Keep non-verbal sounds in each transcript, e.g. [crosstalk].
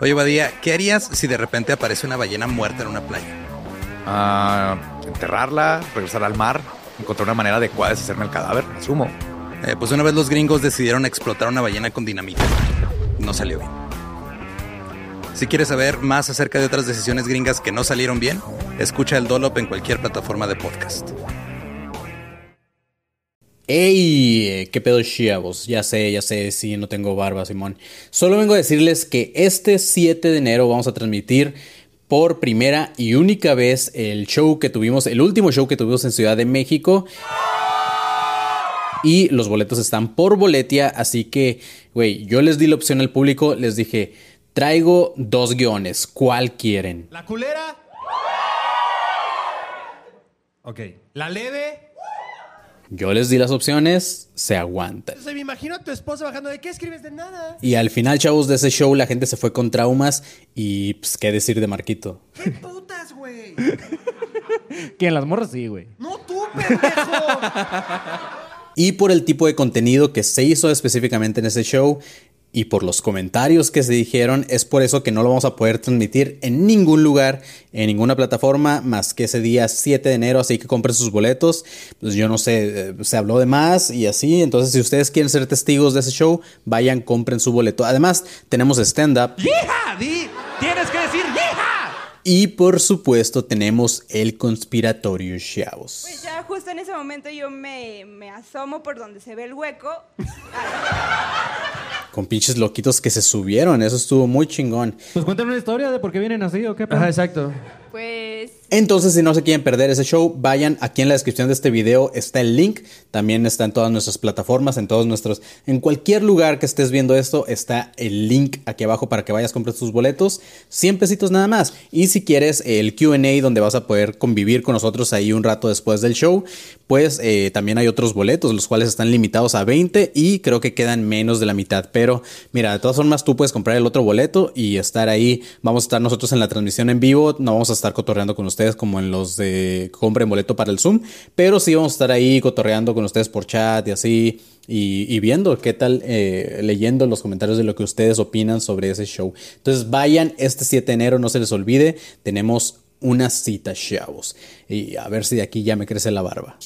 Oye, Badía, ¿qué harías si de repente aparece una ballena muerta en una playa? Ah, enterrarla, regresar al mar, encontrar una manera adecuada de deshacerme el cadáver, asumo. Eh, pues una vez los gringos decidieron explotar una ballena con dinamita. No salió bien. Si quieres saber más acerca de otras decisiones gringas que no salieron bien, escucha el Dolop en cualquier plataforma de podcast. ¡Ey! ¿Qué pedo, chavos? Ya sé, ya sé, sí, no tengo barba, Simón. Solo vengo a decirles que este 7 de enero vamos a transmitir por primera y única vez el show que tuvimos, el último show que tuvimos en Ciudad de México. Y los boletos están por boletia, así que, güey, yo les di la opción al público, les dije, traigo dos guiones, ¿cuál quieren? La culera. Ok. La leve. Yo les di las opciones, se aguantan. Entonces me imagino a tu esposa bajando. ¿De qué escribes? De nada. Y al final, chavos, de ese show la gente se fue con traumas y, pues, ¿qué decir de Marquito? ¡Qué putas, [laughs] güey! ¿Quién las morras? Sí, güey. ¡No tú, [laughs] pendejo! Y por el tipo de contenido que se hizo específicamente en ese show y por los comentarios que se dijeron, es por eso que no lo vamos a poder transmitir en ningún lugar, en ninguna plataforma, más que ese día 7 de enero, así que compren sus boletos. Pues yo no sé, eh, se habló de más y así, entonces si ustedes quieren ser testigos de ese show, vayan, compren su boleto. Además, tenemos stand-up. ¡Hija! Di, tienes que decir hija. Y por supuesto tenemos el conspiratorio, chavos. Pues ya justo en ese momento yo me, me asomo por donde se ve el hueco. Con pinches loquitos que se subieron, eso estuvo muy chingón. Pues cuéntame una historia de por qué vienen así o qué. pedo. Ajá, exacto. Pues Entonces, si no se quieren perder ese show, vayan aquí en la descripción de este video, está el link, también está en todas nuestras plataformas, en todos nuestros, en cualquier lugar que estés viendo esto, está el link aquí abajo para que vayas, compres tus boletos, 100 pesitos nada más. Y si quieres el QA donde vas a poder convivir con nosotros ahí un rato después del show, pues eh, también hay otros boletos, los cuales están limitados a 20 y creo que quedan menos de la mitad. Pero mira, de todas formas tú puedes comprar el otro boleto y estar ahí. Vamos a estar nosotros en la transmisión en vivo, no vamos a estar cotorreando con ustedes como en los de compren boleto para el Zoom, pero sí vamos a estar ahí cotorreando con ustedes por chat y así. Y, y viendo qué tal, eh, leyendo los comentarios de lo que ustedes opinan sobre ese show. Entonces vayan este 7 de enero, no se les olvide, tenemos una cita, chavos. Y a ver si de aquí ya me crece la barba.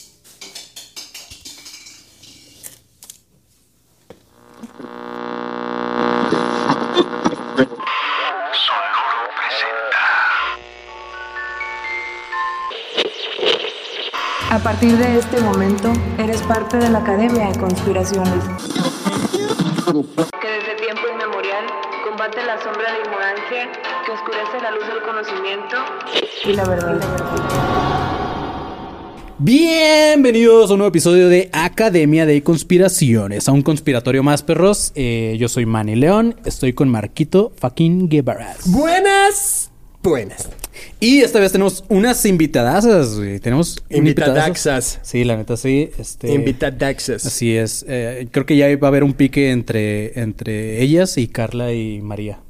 A partir de este momento, eres parte de la Academia de Conspiraciones. Que desde tiempo inmemorial combate la sombra de ignorancia que oscurece la luz del conocimiento y la verdad. Bienvenidos a un nuevo episodio de Academia de Conspiraciones, a un conspiratorio más, perros. Eh, yo soy Manny León, estoy con Marquito fucking Guevara. Buenas, buenas. Y esta vez tenemos unas invitadasas, güey. Tenemos un Invitadaxas. invitadazo. Sí, la neta sí. Este, Invitadaxas. Así es. Eh, creo que ya va a haber un pique entre, entre ellas y Carla y María.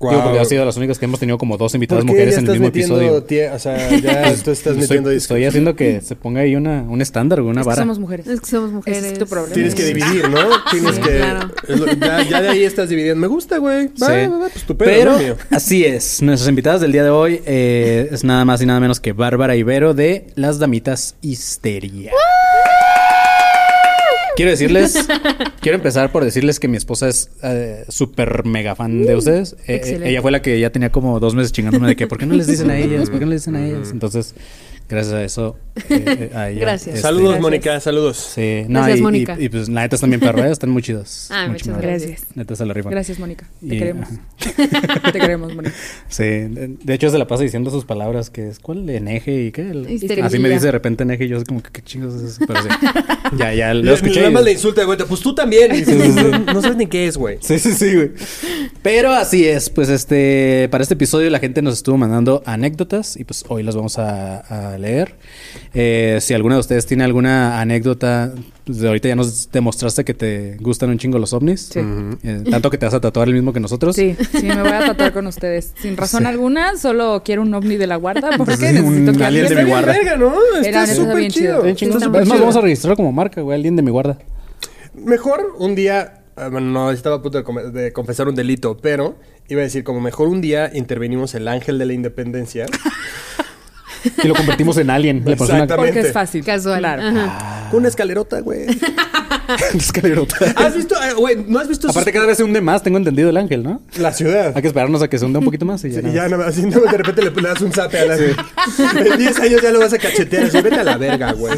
Guau. Digo, porque han sido las únicas que hemos tenido como dos ¿Por invitadas qué mujeres ya en el mismo estás metiendo episodio. tie- O sea, [laughs] ya tú estás estoy, metiendo discos. estoy haciendo que se ponga ahí una, un estándar, güey, una vara. Somos mujeres. Es que somos mujeres. Ese es tu problema. Tienes que dividir, ¿no? [laughs] Tienes Sí, que. claro. es lo- ya, ya de ahí estás dividiendo. Me gusta, güey. Va, Sí. va, va, pues tu pedo, Pero ¿no, mío? así es. Nuestras invitadas del día de hoy eh, es nada más y nada menos que Bárbara Ibero de Las Damitas Histeria. Quiero [laughs] decirles, quiero empezar por decirles que mi esposa es eh, súper mega fan de ustedes. Eh, eh, excelente. ella fue la que ya tenía como dos meses chingándome de que, ¿por qué no les dicen a ellas? ¿Por qué no les dicen a Mm. ellas? Entonces, gracias a eso, eh, eh, a ella, Gracias. este, Saludos, Gracias. Mónica, saludos. Sí, no, Gracias, y- y- Mónica. Y, pues la neta están bien perros, están muy chidas. Ah, Muy muchas chingonas. gracias. Neta se la rifan. Gracias, Mónica. Te Y- queremos. ajá. [laughs] Te queremos, Mónica. Sí, de de hecho se la pasa diciendo sus palabras, que es cuál eneje y qué. El- Histeria. Así me dice de repente eneje y yo es como que qué chingos es eso. [laughs] Pero sí. ya, ya lo Le- escuché. Nada y- más le insulta, güey. Pues tú también. Y dices, no, no sabes ni qué es, güey. Sí, sí, sí, güey. Pero así es, pues este, para este episodio la gente nos estuvo mandando anécdotas y pues hoy las vamos a, a leer. Eh, si alguna de ustedes tiene alguna anécdota, pues, de ahorita ya nos demostraste que te gustan un chingo los ovnis. Sí. Eh, tanto que te vas a tatuar el mismo que nosotros. Sí, sí, me voy a tatuar con ustedes. Sin razón alguna, solo quiero un ovni de la guarda porque Un necesito alien que alguien de Está mi bien guarda. verga, ¿no? Era- Está era súper bien chido. chido. Bien chingón. Es Está súper más, chido. vamos a registrar como marca, güey, alguien de mi guarda. Mejor un día ah, bueno, no, estaba a punto de, come- de confesar un delito, pero iba a decir, como mejor un día intervenimos el ángel de la independencia. Y lo convertimos en alien. Le pasó una- Exactamente. Porque es fácil. Casual. [laughs] Claro. Ajá. Con una escalerota, [laughs] güey. [laughs] Escalerota. ¿Has visto, eh, güey, no has visto Aparte, esos- cada vez se hunde más, tengo entendido el ángel, ¿no? la ciudad? Hay que esperarnos a que se [laughs] hunda un poquito más y ya. Sí, nada. y ya nada más, así, no, de repente le, le das un zape a la... En 10 años ya lo vas a cachetear. Así, vete a la verga, güey.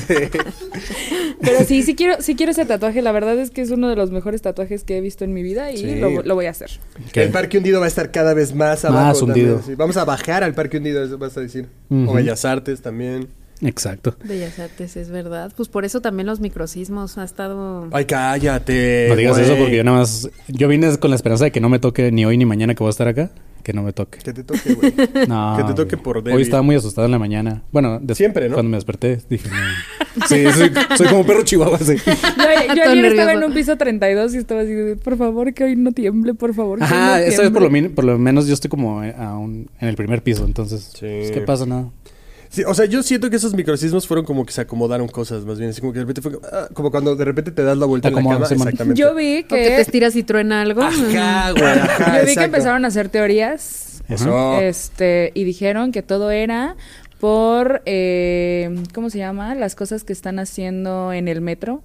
Pero sí, sí quiero, sí quiero ese tatuaje. La verdad es que es uno de los mejores tatuajes que he visto en mi vida y Sí. lo, lo voy a hacer. ¿Qué? El parque hundido va a estar cada vez más abajo. Más también, hundido. así. Vamos a bajar al parque hundido, eso vas a decir. Ujú. O Bellas Artes también. Exacto. Bellas Artes, es verdad. Pues por eso también los microsismos ha estado... Ay, cállate. No digas Eh, güey. eso porque yo nada más. Yo vine con la esperanza de que no me toque ni hoy ni mañana que voy a estar acá. Que no me toque. Que te toque, güey. [laughs] No, Que te toque güey. por Hoy débil. estaba muy asustado en la mañana. Bueno, des- Siempre, ¿no? Cuando me desperté, dije, [laughs] no. Sí, soy, soy como perro chihuahua, sí. [laughs] Yo, yo Todo ayer estaba nervioso. en un piso 32 y estaba así de, por favor, que hoy no tiemble, por favor. que hoy no Ajá, esta vez por lo, tiemble". min- por lo menos yo estoy como eh, a un- en el primer piso, entonces. Sí. pues, ¿Qué pasa? Nada. Sí, o sea, yo siento que esos microsismos fueron como que se acomodaron cosas, más bien. Así como que de repente fue como, ah, como cuando de repente te das la Te vuelta en la acomodas, cama. Simón. Exactamente. Yo vi O que te que, estiras y truena algo. Ajá, güey. Ajá, [laughs] yo vi exacto. que empezaron a hacer teorías Eso. este y dijeron que todo era por, eh, ¿cómo se llama? Las cosas que están haciendo en el metro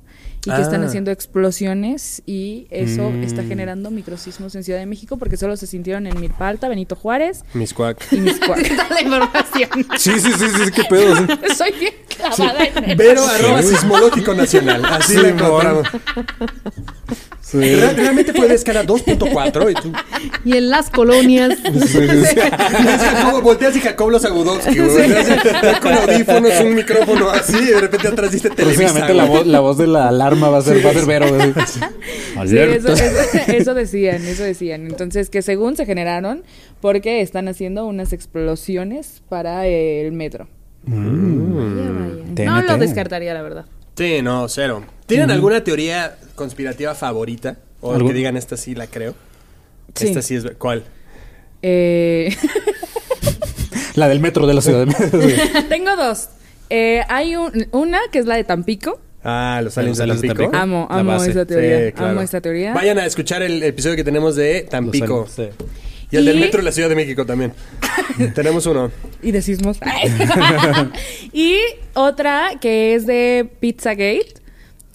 y que están Ah. haciendo explosiones y eso Mm. está generando microsismos en Ciudad de México porque solo se sintieron en Milpalta, Benito Juárez Mis cuac. y Miscuac. Toda la información. [laughs] Sí, sí, sí, sí, qué pedo. sí. Soy bien clavada en eso. [laughs] Vero arroba sismológico nacional. Así la encontramos. Re- Realmente fue de escala 2.4 y tú... Y en las colonias. Es Jacobo, volteas y Jacob los Agudowski, güey. Volteas Con audífonos, un micrófono así, y de repente atrás diste televisa. [laughs] Próximamente la, güey. voz, la voz de la alarma va a ser, va a ser Vero. [laughs] güey. Sí, [laughs] eso, eso- eso decían, eso decían. Entonces, que según se generaron, porque están haciendo unas explosiones para el metro. Mm. No lo TNT. descartaría, la verdad. Sí, no, cero. ¿Tienen alguna teoría conspirativa favorita? O ¿Algún- que digan, esta sí la creo. Sí. Esta sí es... ver- ¿Cuál? Eh, [laughs] La del metro de la Ciudad de México. sí. tengo dos. Eh, hay un- una que es la de Tampico. Ah, los aliens de aliens de Tampico. Tampico. Amo, La amo base. esa teoría. Sí, claro. Amo esta teoría. Vayan a escuchar el episodio que tenemos de Tampico. Sí. Y el del Y- metro de la Ciudad de México también. tenemos uno. Y de sismos. [laughs] y otra que es de Pizzagate,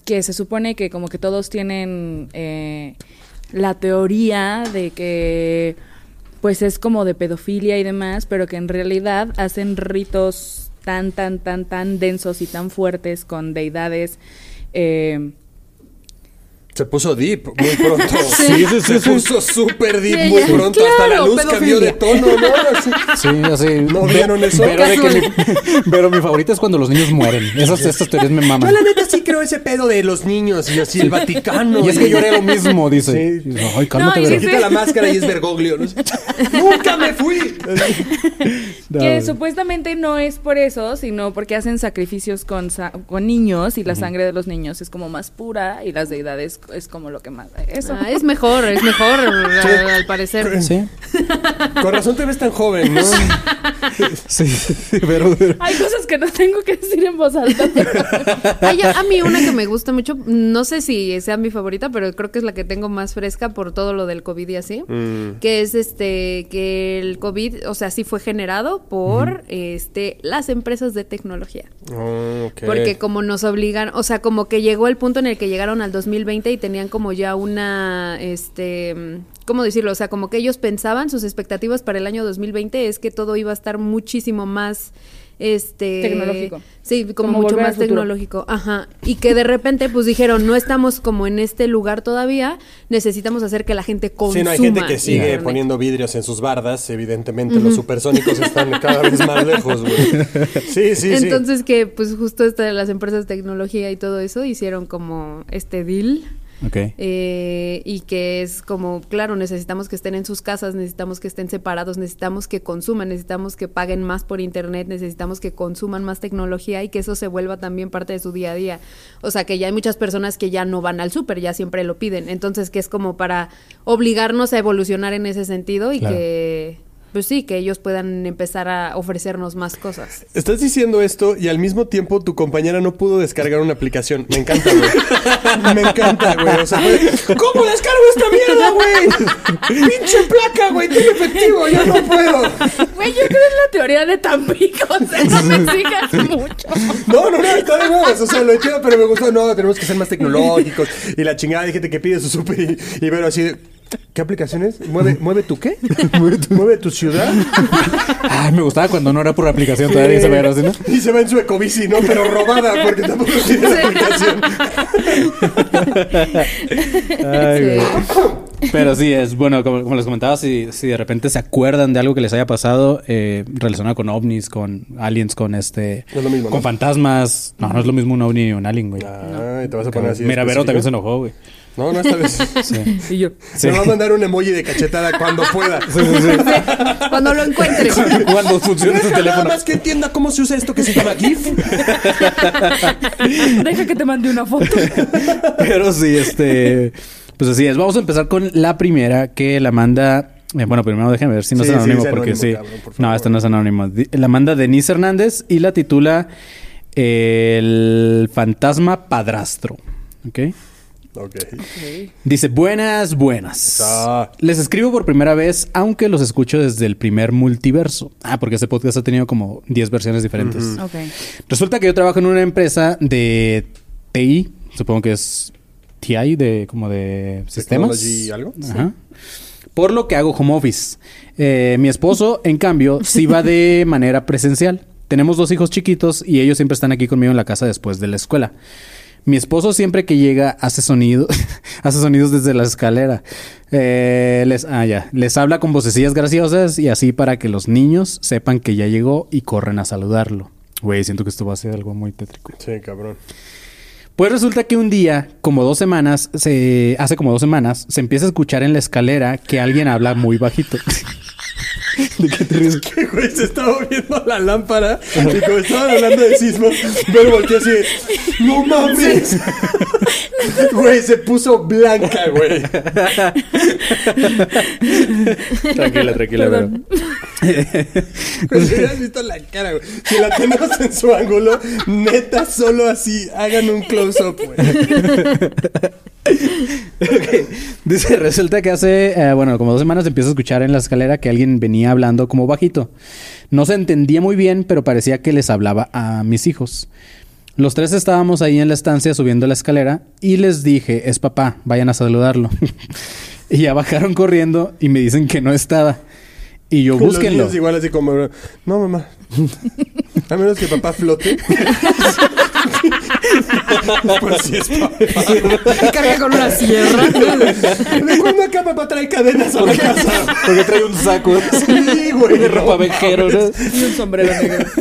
que se supone que como que todos tienen eh, la teoría de que pues es como de pedofilia y demás, pero que en realidad hacen ritos tan, tan, tan, tan densos y tan fuertes con deidades. eh, Se puso deep muy pronto. Sí, sí, Se sí, sí. puso súper deep Sí, muy ya. pronto. Hasta la Claro, luz cambió de tono, ¿no? Así- Sí, así. No Ve- vieron eso. Pero, de que mi, [laughs] pero mi favorita es cuando los niños mueren. Esas, estas teorías me Yo maman. la neta sí creo ese pedo de los niños y así el Vaticano. Y es que yo haría lo mismo, dice. [laughs] Sí. Y dice, Ay, cálmate, No, y Se Vero". sí, quita la máscara y es Bergoglio. ¿no? [laughs] ¡Nunca me fui! Que supuestamente no es por eso, sino porque hacen sacrificios con, sa- con niños y la sangre de los niños es como más pura y las deidades es como lo que más... Eso. Ah, es mejor, es mejor, [laughs] al, al parecer. Sí, Con razón te ves tan joven, ¿no? sí, sí, pero, pero- Hay cosas que no tengo que decir en voz alta. Hay a, a mí una que me gusta mucho, no sé si sea mi favorita, pero creo que es la que tengo más fresca por todo lo del COVID y así, Mm, que es este que el COVID, o sea, sí fue generado por este las empresas de tecnología. oh, Porque como nos obligan, o sea, como que llegó el punto en el que llegaron al 2020 y tenían como ya una, este, mm, ¿cómo decirlo? O sea, como que ellos pensaban, sus expectativas para el año 2020 es que todo iba a estar muchísimo más, este... Tecnológico. Sí, como, Como mucho volver al más futuro. tecnológico. Ajá. Y que de repente, pues dijeron, no estamos como en este lugar todavía, necesitamos hacer que la gente consuma. Sí, no, hay gente que sigue internet. poniendo vidrios en sus bardas. Evidentemente, los supersónicos están cada vez más lejos, güey. Sí, sí, sí. Entonces que pues justo esta de las empresas de tecnología y todo eso hicieron como este deal Ok. [laughs] Eh, y que es como, [laughs] claro, necesitamos que estén en sus casas, necesitamos que estén separados, necesitamos que consuman, necesitamos que paguen más por internet, necesitamos que consuman más tecnología y que eso se vuelva también parte de su día a día. O sea, que ya hay muchas personas que ya no van al súper, ya siempre lo piden. Entonces, que es como para obligarnos a evolucionar en ese sentido y Claro. que pues sí, que ellos puedan empezar a ofrecernos más cosas. [laughs] Estás diciendo esto y al mismo tiempo tu compañera no pudo descargar una aplicación. Me encanta, güey. Me encanta, güey. O sea, fue, ¿cómo descargo esta mierda, güey? Pinche placa, güey. Tiene efectivo, yo no puedo. Güey, yo creo en la teoría de Tampico. [laughs] O sea, no me sigas mucho. No, no, no, está de nuevas. O sea, lo echaba, pero me gustó. No, tenemos que ser más tecnológicos. Y la chingada de gente que pide su súper y, y ver así de, ¿Qué aplicaciones? ¿Mueve, ¿Mueve tu qué? ¿Mueve tu, ¿Mueve tu ciudad? Ay, Ah, me gustaba cuando no era por aplicación todavía se ve así, [laughs] ¿no? Y se va en su ecobici, ¿no? Pero robada, porque tampoco tiene aplicación. Ay, güey. Pero sí, es bueno, como, como les comentaba, si, si de repente se acuerdan de algo que les haya pasado eh, relacionado con ovnis, con aliens, con este. No es lo mismo, con ¿no? fantasmas. No, no es lo mismo un ovni y un alien, güey. Ay, Ah, te vas a poner así. de Mira, Vero específico. también se enojó, güey. No, no, esta vez. [laughs] [laughs] Sí. Y yo. Se va a mandar un emoji de cachetada cuando pueda. Cuando lo encuentres. [laughs] Cuando funciona Deja su Nada teléfono. más que entienda cómo se usa esto que se llama GIF. Deja que te mande una foto. [laughs] Pero sí, este. Pues así es. Vamos a empezar con la primera que la manda. eh, bueno, primero déjenme ver si no Sí, es sí, anónimo, es anónimo, porque sí. cabrón, por no, favor. esta no es anónimo. Di- La manda Denise Hernández y la titula El fantasma padrastro. ¿Ok? ok. Dice, buenas, buenas. Está. Les escribo por primera vez, aunque los escucho desde el primer multiverso. Ah, porque este podcast ha tenido como 10 versiones diferentes. Ok. Resulta que yo trabajo en una empresa de TI, supongo que es TI, de como de sistemas. Technology algo. Ajá. Por lo que hago home office. Eh, mi esposo, en cambio, sí va de [laughs] manera presencial. Tenemos dos hijos chiquitos y ellos siempre están aquí conmigo en la casa después de la escuela. Mi esposo siempre que llega hace sonido, [laughs] hace sonidos desde la escalera. Eh, les, ah, ya. les habla con vocecillas graciosas y así para que los niños sepan que ya llegó y corren a saludarlo. Güey, siento que esto va a ser algo muy tétrico. Sí, cabrón. Pues resulta que un día, como dos semanas, se, hace como dos semanas, se empieza a escuchar en la escalera que alguien habla muy bajito. ¿De qué te ríes? Que güey se estaba moviendo a la lámpara y como estaban hablando de sismo, pero volteé así de, ¡No mames! [laughs] Güey, se puso blanca, güey. [laughs] Tranquila, tranquila, pero. Güey, si hubieras visto la cara, güey. Si la tenemos en su ángulo, neta, solo así, hagan un close-up, güey. [laughs] Dice, resulta que hace, eh, bueno, como dos semanas empieza a escuchar en la escalera que alguien venía hablando como bajito. No se entendía muy bien, pero parecía que les hablaba a mis hijos. Los tres estábamos ahí en la estancia subiendo la escalera y les dije, es papá, vayan a saludarlo. [laughs] y ya bajaron corriendo y me dicen que no estaba. Y yo, Los búsquenlo. [laughs] niños igual así como, no, mamá. A menos que [laughs] papá flote. pues sí es papá. Carga con una sierra. ¿De cuándo acá papá trae cadenas a la casa? Porque trae un saco [laughs] Sí, güey. de ropa vejero, ¿no? Y un sombrero negro. [laughs]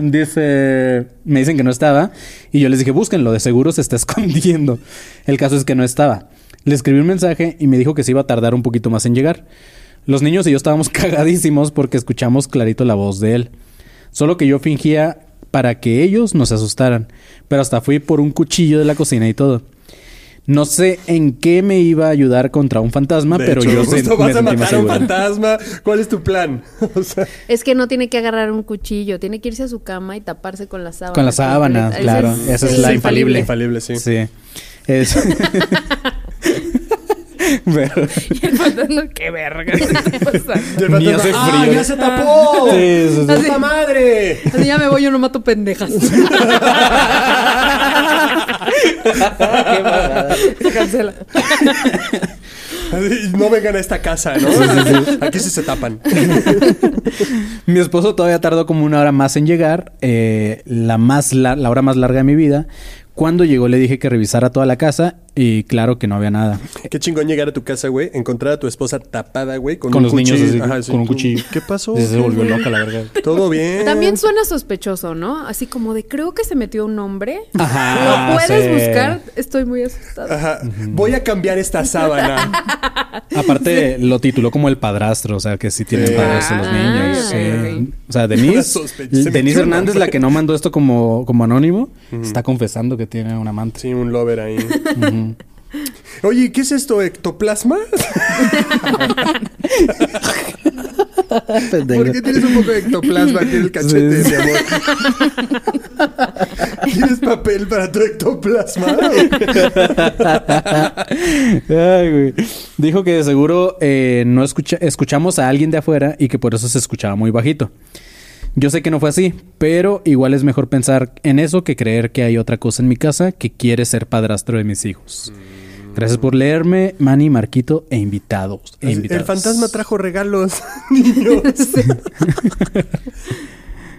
Dice, me dicen que no estaba y yo les dije, búsquenlo, de seguro se está [laughs] escondiendo. El caso es que no estaba. Le escribí un mensaje y me dijo que se iba a tardar un poquito más en llegar. Los niños y yo estábamos [laughs] cagadísimos porque escuchamos clarito la voz de él. Solo que yo fingía para que ellos nos asustaran, pero hasta fui por un cuchillo de la cocina y todo. No sé en qué me iba a ayudar contra un fantasma, De pero hecho, yo sé, justo me vas a sentí más matar a un seguro. fantasma. ¿Cuál es tu plan? [laughs] O sea, Es que no tiene que agarrar un cuchillo, tiene que irse a su cama y taparse con la sábana. Con la sábana, Esa claro. Esa es la sí, infalible. infalible, sí. Es- [laughs] Pero- [laughs] Y el fantasma, qué verga. ¿Qué está pasando? y el Ni fantasma, hace ¡Ah, frío. ya se tapó! Sí, sí, sí. ¡Puta madre! Así ya me voy, yo no mato pendejas. Se cancela. Así, No vengan a esta casa, ¿no? Aquí sí se tapan. Mi esposo todavía tardó como una hora más en llegar, eh, la, más la, la hora más larga de mi vida. Cuando llegó le dije que revisara toda la casa y claro que no había nada. Qué chingón llegar a tu casa, güey. Encontrar a tu esposa tapada, güey, con, Con un los niños cuchillo. así, Ajá, sí, con un tú, cuchillo. ¿Qué pasó? Se volvió loca la verga. Todo Eh. bien. También suena sospechoso, ¿no? Así como de creo que se metió un hombre. Ajá, Lo puedes sí. buscar. Estoy muy asustada. Ajá. Voy a cambiar esta sábana. Aparte lo tituló como el padrastro, o sea que sí tienen Sí. padrastro los Ah, niños. ok, sí. O sea, Ahora Denise, sospeché, se Denise metió un Hernández, hombre. la que no mandó esto como, como anónimo, está confesando que tiene un amante. Sí, un lover ahí. Oye, ¿qué es esto? ¿Ectoplasma? pues, ¿Por qué tienes un poco de ectoplasma aquí en el cachete, Sí, sí. mi amor? ¿Tienes papel para tu [laughs] ectoplasma? Ay, güey. Dijo que de seguro eh, no escucha- escuchamos a alguien de afuera y que por eso se escuchaba muy bajito. Yo sé que no fue así, pero igual es mejor pensar en eso que creer que hay otra cosa en mi casa que quiere ser padrastro de mis hijos. Gracias por leerme, Manny, Marquito e invitados. E El invitadas. fantasma trajo regalos, [laughs] niños.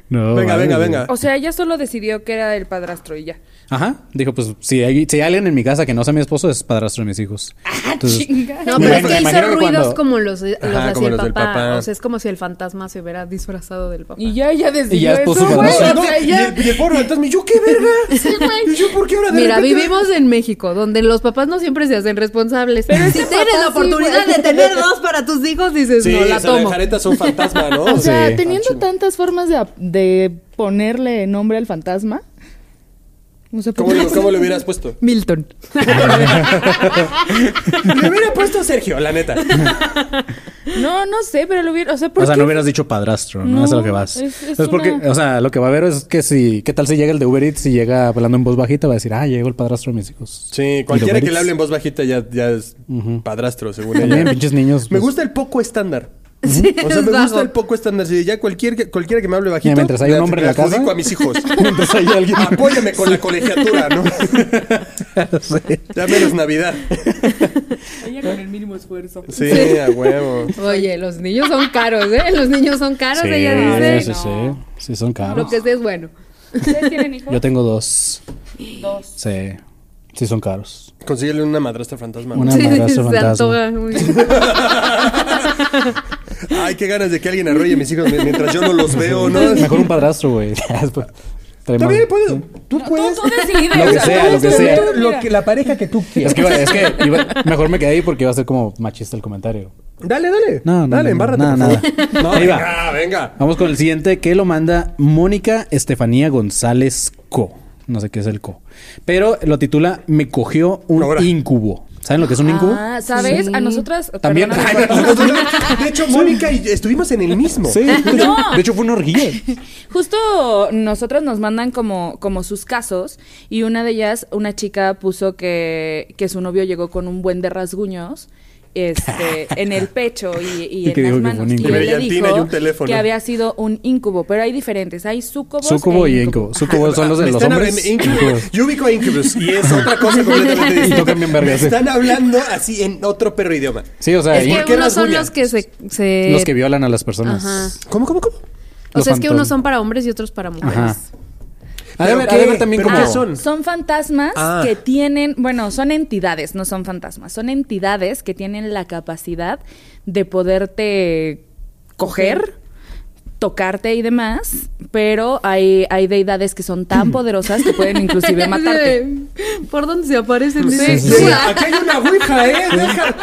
No, Venga, vale, venga, güey. venga. O sea, ella solo decidió que era el padrastro y ya. Ajá. Dijo, pues, si hay, si hay alguien en mi casa que no sea mi esposo, es padrastro de mis hijos. Ah, Entonces, No, Me pero es imagino- que me hizo imagino que ruidos cuando- como los, los Ajá, hacía como el los del papá. papá. O sea, es como si el fantasma se hubiera disfrazado del papá. Y ya ella Y ya después su fantasma. No, y el- y el pobre fantasma, ¿y yo qué verga? Sí, [laughs] ¿Y güey. yo por qué ahora de Mira, repente- vivimos en México, donde los papás no siempre se hacen responsables. Pero si tienes papá la sí, oportunidad güey. de tener dos para tus hijos, dices, Sí, no, la o sea, la tomo. jareta es un fantasma, ¿no? O sea, Sí. teniendo tantas formas de, ap- de ponerle nombre al fantasma. O sea, ¿Cómo ¿por qué lo, no cómo [laughs] pones- lo hubieras puesto? Milton. [laughs] Le hubiera puesto Sergio, la neta. No, no sé, pero lo [laughs] hubiera. O sea, ¿por O sea, qué? no hubieras dicho padrastro, ¿no? No, es a lo que vas. es- es Es porque, una- o sea, lo que va a ver es que si, ¿qué tal si llega el de Uber Eats y llega hablando en voz bajita? Va a decir, ah, llegó el padrastro de mis hijos. Sí, Cualquiera que [laughs] le hable en voz bajita ya, ya es padrastro, según ella. También, pinches niños. Me pues, [laughs] gusta el poco estándar. Sí, O sea, es me bajo. gusta el poco estándar. Sí, ya cualquier, que- cualquiera que me hable bajito. Mira, mientras hay un le- hombre en le la casa. adjudico a mis hijos. [laughs] Mientras [laughs] hay alguien. Apóyame con la [laughs] colegiatura, ¿no? Ya menos Navidad. [laughs] Ella con el mínimo esfuerzo. Sí, a huevo. Oye, los niños son caros, ¿eh? Los niños son caros, Sí, ella dice. sí, sí. Sí, son caros. Lo que sea es bueno. ¿Ustedes tienen hijos? Yo tengo dos. Dos. Sí. Sí, son caros. Consíguele una madrastra fantasma. Una madrastra fantasma. [laughs] Ay, qué ganas de que alguien arrolle a mis hijos mientras yo no los veo, ¿no? Mejor un padrastro, güey. [laughs] Ya después. Trae más- También puedes. Tú puedes. decides, Lo que sea, lo que sea. Lo que- la pareja que tú Es quieras. que, iba- es que iba- mejor me quedé ahí porque iba a ser como machista el comentario. Dale, dale. No, no, no, Dale, embárrate. no, por nada. favor. No, Ahí va. venga, venga. Vamos con el siguiente que lo manda Mónica Estefanía González Co. No sé qué es el co. Pero lo titula Me cogió un Ahora. incubo. ¿Saben lo que es un incubo? Ah, ¿sabes? A nosotras. También. perdóname. De hecho, Mónica y estuvimos en el mismo. [laughs] Sí. No. De hecho, fue una orgía. Justo nosotros nos mandan como, como sus casos y una de ellas, una chica puso que, que su novio llegó con un buen de rasguños [laughs] este, en el pecho y, y Y que en dijo las que fue manos. un Y incubo. él le Brillantina dijo y un teléfono. que había sido un incubo, pero hay diferentes, hay súcubos Sucubo e y íncubo. incubo. Sucubo son los de Me los están hombres. hablando- en- Incubos. Yo ubico a Incubus y es otra [laughs] cosa completamente Y distinta. tocan bien verga, Me sí. están hablando así en otro perro idioma. Sí, o sea, Es y- que qué unos son rasguña? los que se... se- los que violan a las personas. Ajá. ¿Cómo, cómo, cómo? O sea, es que Los fantasmas. unos son para hombres y otros para mujeres. Ajá. Ha de ¿Pero haber- qué? ha de haber también ¿Pero como. qué son? Ah, Son fantasmas Ah. que tienen, bueno, son entidades, no son fantasmas, son entidades que tienen la capacidad de poderte coger, tocarte y demás, pero hay, hay deidades que [laughs] son tan poderosas que pueden [laughs] inclusive matarte. ¿Por dónde se aparecen? Sí, sí, Aquí hay una ouija, ¿eh? Deja.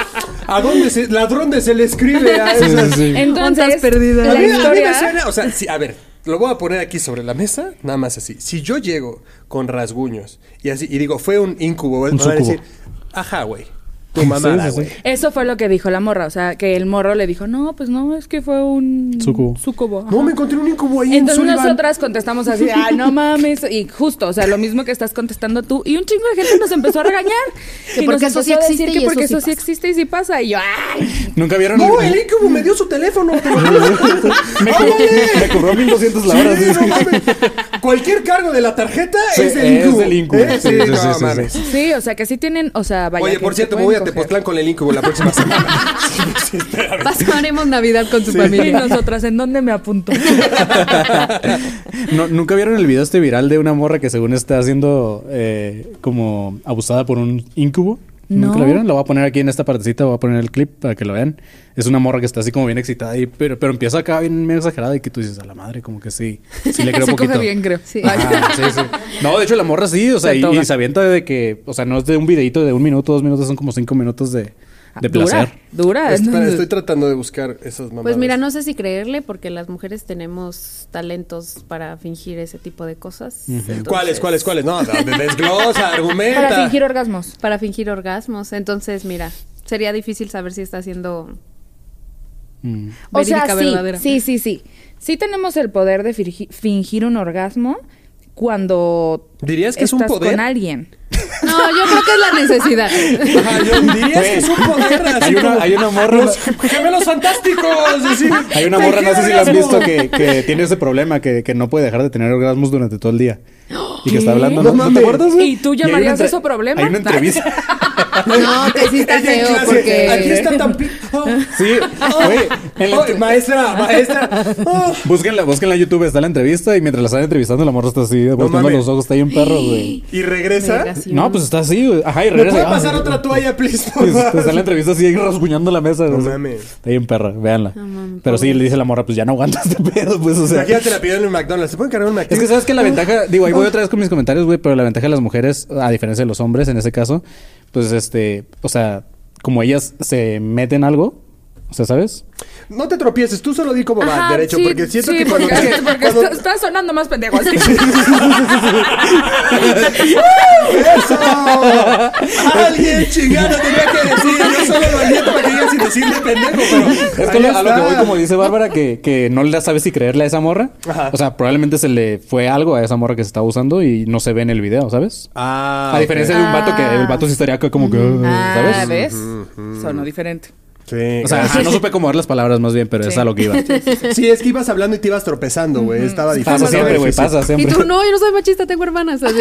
¿A dónde se, ladrón de se le escribe a Sí, sí, esas? sí. Entonces, Ondas perdidas. A la mí, a mí me historia- suena, [laughs] o sea, sí, a ver, lo voy a poner aquí sobre la mesa, nada más así. Si yo llego con rasguños y así, y digo, fue un Un incubo, me van a súcubo. decir, ajá, güey, tu mamada, sí, sí. güey. Eso fue lo que dijo la morra, o sea, que el morro le dijo, no, pues no, es que fue un... Súcubo. Súcubo, ajá". No, me encontré un incubo ahí Entonces en Sullivan. nosotras contestamos así, de, ay, no mames, y justo, o sea, lo mismo que estás contestando tú, y un chingo de gente nos empezó a regañar. Que y porque nos eso sí empezó a decir existe que y porque eso sí eso sí pasa. existe y sí pasa, y yo, ay, Nunca vieron. No, el incubo me dio su teléfono. te lo juro. [laughs] me, cobró, [laughs] me cobró 1200 la hora. Sí, sí. no mames. Cualquier cargo de la tarjeta Sí, es del es incubo. del incubo. Eh, Sí, sí, sí, no sí, sí, sí. mames. sí, o sea, que sí tienen, o sea, vaya. Oye, que por se cierto, me pueden voy a coger. Tepoztlán con el incubo la próxima semana. [laughs] Pasaremos Navidad con su Y familia. nosotras, ¿en dónde me apunto? [laughs] No, Nunca vieron el video este viral de una morra que según está siendo eh, como abusada por un incubo. ¿Nunca No. lo vieron? Lo voy a poner aquí en esta partecita, voy a poner el clip para que lo vean. Es una morra que está así como bien excitada y pero, pero empieza acá bien medio exagerada y que tú dices a la madre, como que sí. Sí [laughs] le creo se poquito. coge bien, creo. Sí. Ay. Ah, sí, sí. [laughs] No, de hecho la morra sí, o sea, Se y, toga. y se avienta de que, o sea, no es de un videito de un minuto, dos minutos, son como cinco minutos de, [laughs] de placer. Dura, dura. Espera, estoy tratando de buscar esas mamadas. Pues mira, no sé si creerle porque las mujeres tenemos talentos para fingir ese tipo de cosas. Entonces, ¿Cuáles, cuáles, cuáles? No, no, [laughs] desglosa, argumenta. Para fingir orgasmos. Para fingir orgasmos. Entonces, mira, sería difícil saber si está haciendo Mm. O sea, Verídica, sí, verdadera. sí, sí, sí. Sí tenemos el poder de firgi- fingir un orgasmo cuando ¿Dirías que es un estás poder? con alguien. No, yo creo que es la [laughs] necesidad. Dirías que es un poder. Pues, Hay una, hay una morra. ¡Gemelos fantásticos! Así. Hay una morra, no sé si la has visto, que, que tiene ese problema, que, que no puede dejar de tener orgasmos durante todo el día. Y que está hablando. No ¿No, ¿No te mames. acuerdas, güey? ¿Y tú hay una llamarías entre- eso problema? Hay una entrevista. [laughs] No, que sí está Ella en feo clase, porque... Aquí está tan... pi- Oh, Sí, güey. en la oh, entre- maestra, [laughs] maestra. Oh. Búsquenla, búsquenla en YouTube, está la entrevista y mientras la están entrevistando, la morra está así, volteando mames. los ojos, está ahí un perro, güey. Y regresa. No, pues está así, güey. Ajá, y ¿Me regresa. puede Ah, pasar güey. otra toalla, please? [laughs] por Pues, favor? Está en la [laughs] entrevista así, ahí rasguñando la mesa. No güey. mames. Está ahí un perro, véanla. Pero sí, le dice la morra, pues ya no aguanta este pedo, pues, o sea. Imagínate la pidieron en McDonald's. ¿Se pueden cargar un Es McDonald's? que sabes que la ventaja, digo, ahí voy otra vez con mis comentarios, güey, pero la ventaja de las mujeres, a diferencia de los hombres en ese caso, pues este, o sea, como ellas se meten algo, o sea, [laughs] ¿sabes? No te tropieces, tú solo di cómo va, Ajá, derecho, Ah, sí, porque siento sí, que cuando... [laughs] porque, te- porque cuando- está- está sonando más pendejo así. [laughs] ¡Eso! Alguien chingada tenía que decir. Yo solo lo aliento para que digan sin decirle pendejo, pero... Es que ahí lo- a lo que está. voy, como dice Bárbara, que, que no le sabes si creerle a esa morra. Ajá. O sea, probablemente se le fue algo a esa morra que se estaba usando y no se ve en el video, ¿sabes? Ah, Mm. a diferencia de un vato que el vato sí estaría acá como que, ¿sabes? Ah, ¿ves? Sonó diferente. Sí, O sea, ajá. no supe cómo dar las palabras más bien, pero es a lo que iba. sí, es que ibas hablando y te ibas tropezando, güey. Estaba difícil. Pasa estaba siempre, güey, difícil. pasa Y siempre. tú, no, yo no soy machista, tengo hermanas. Así.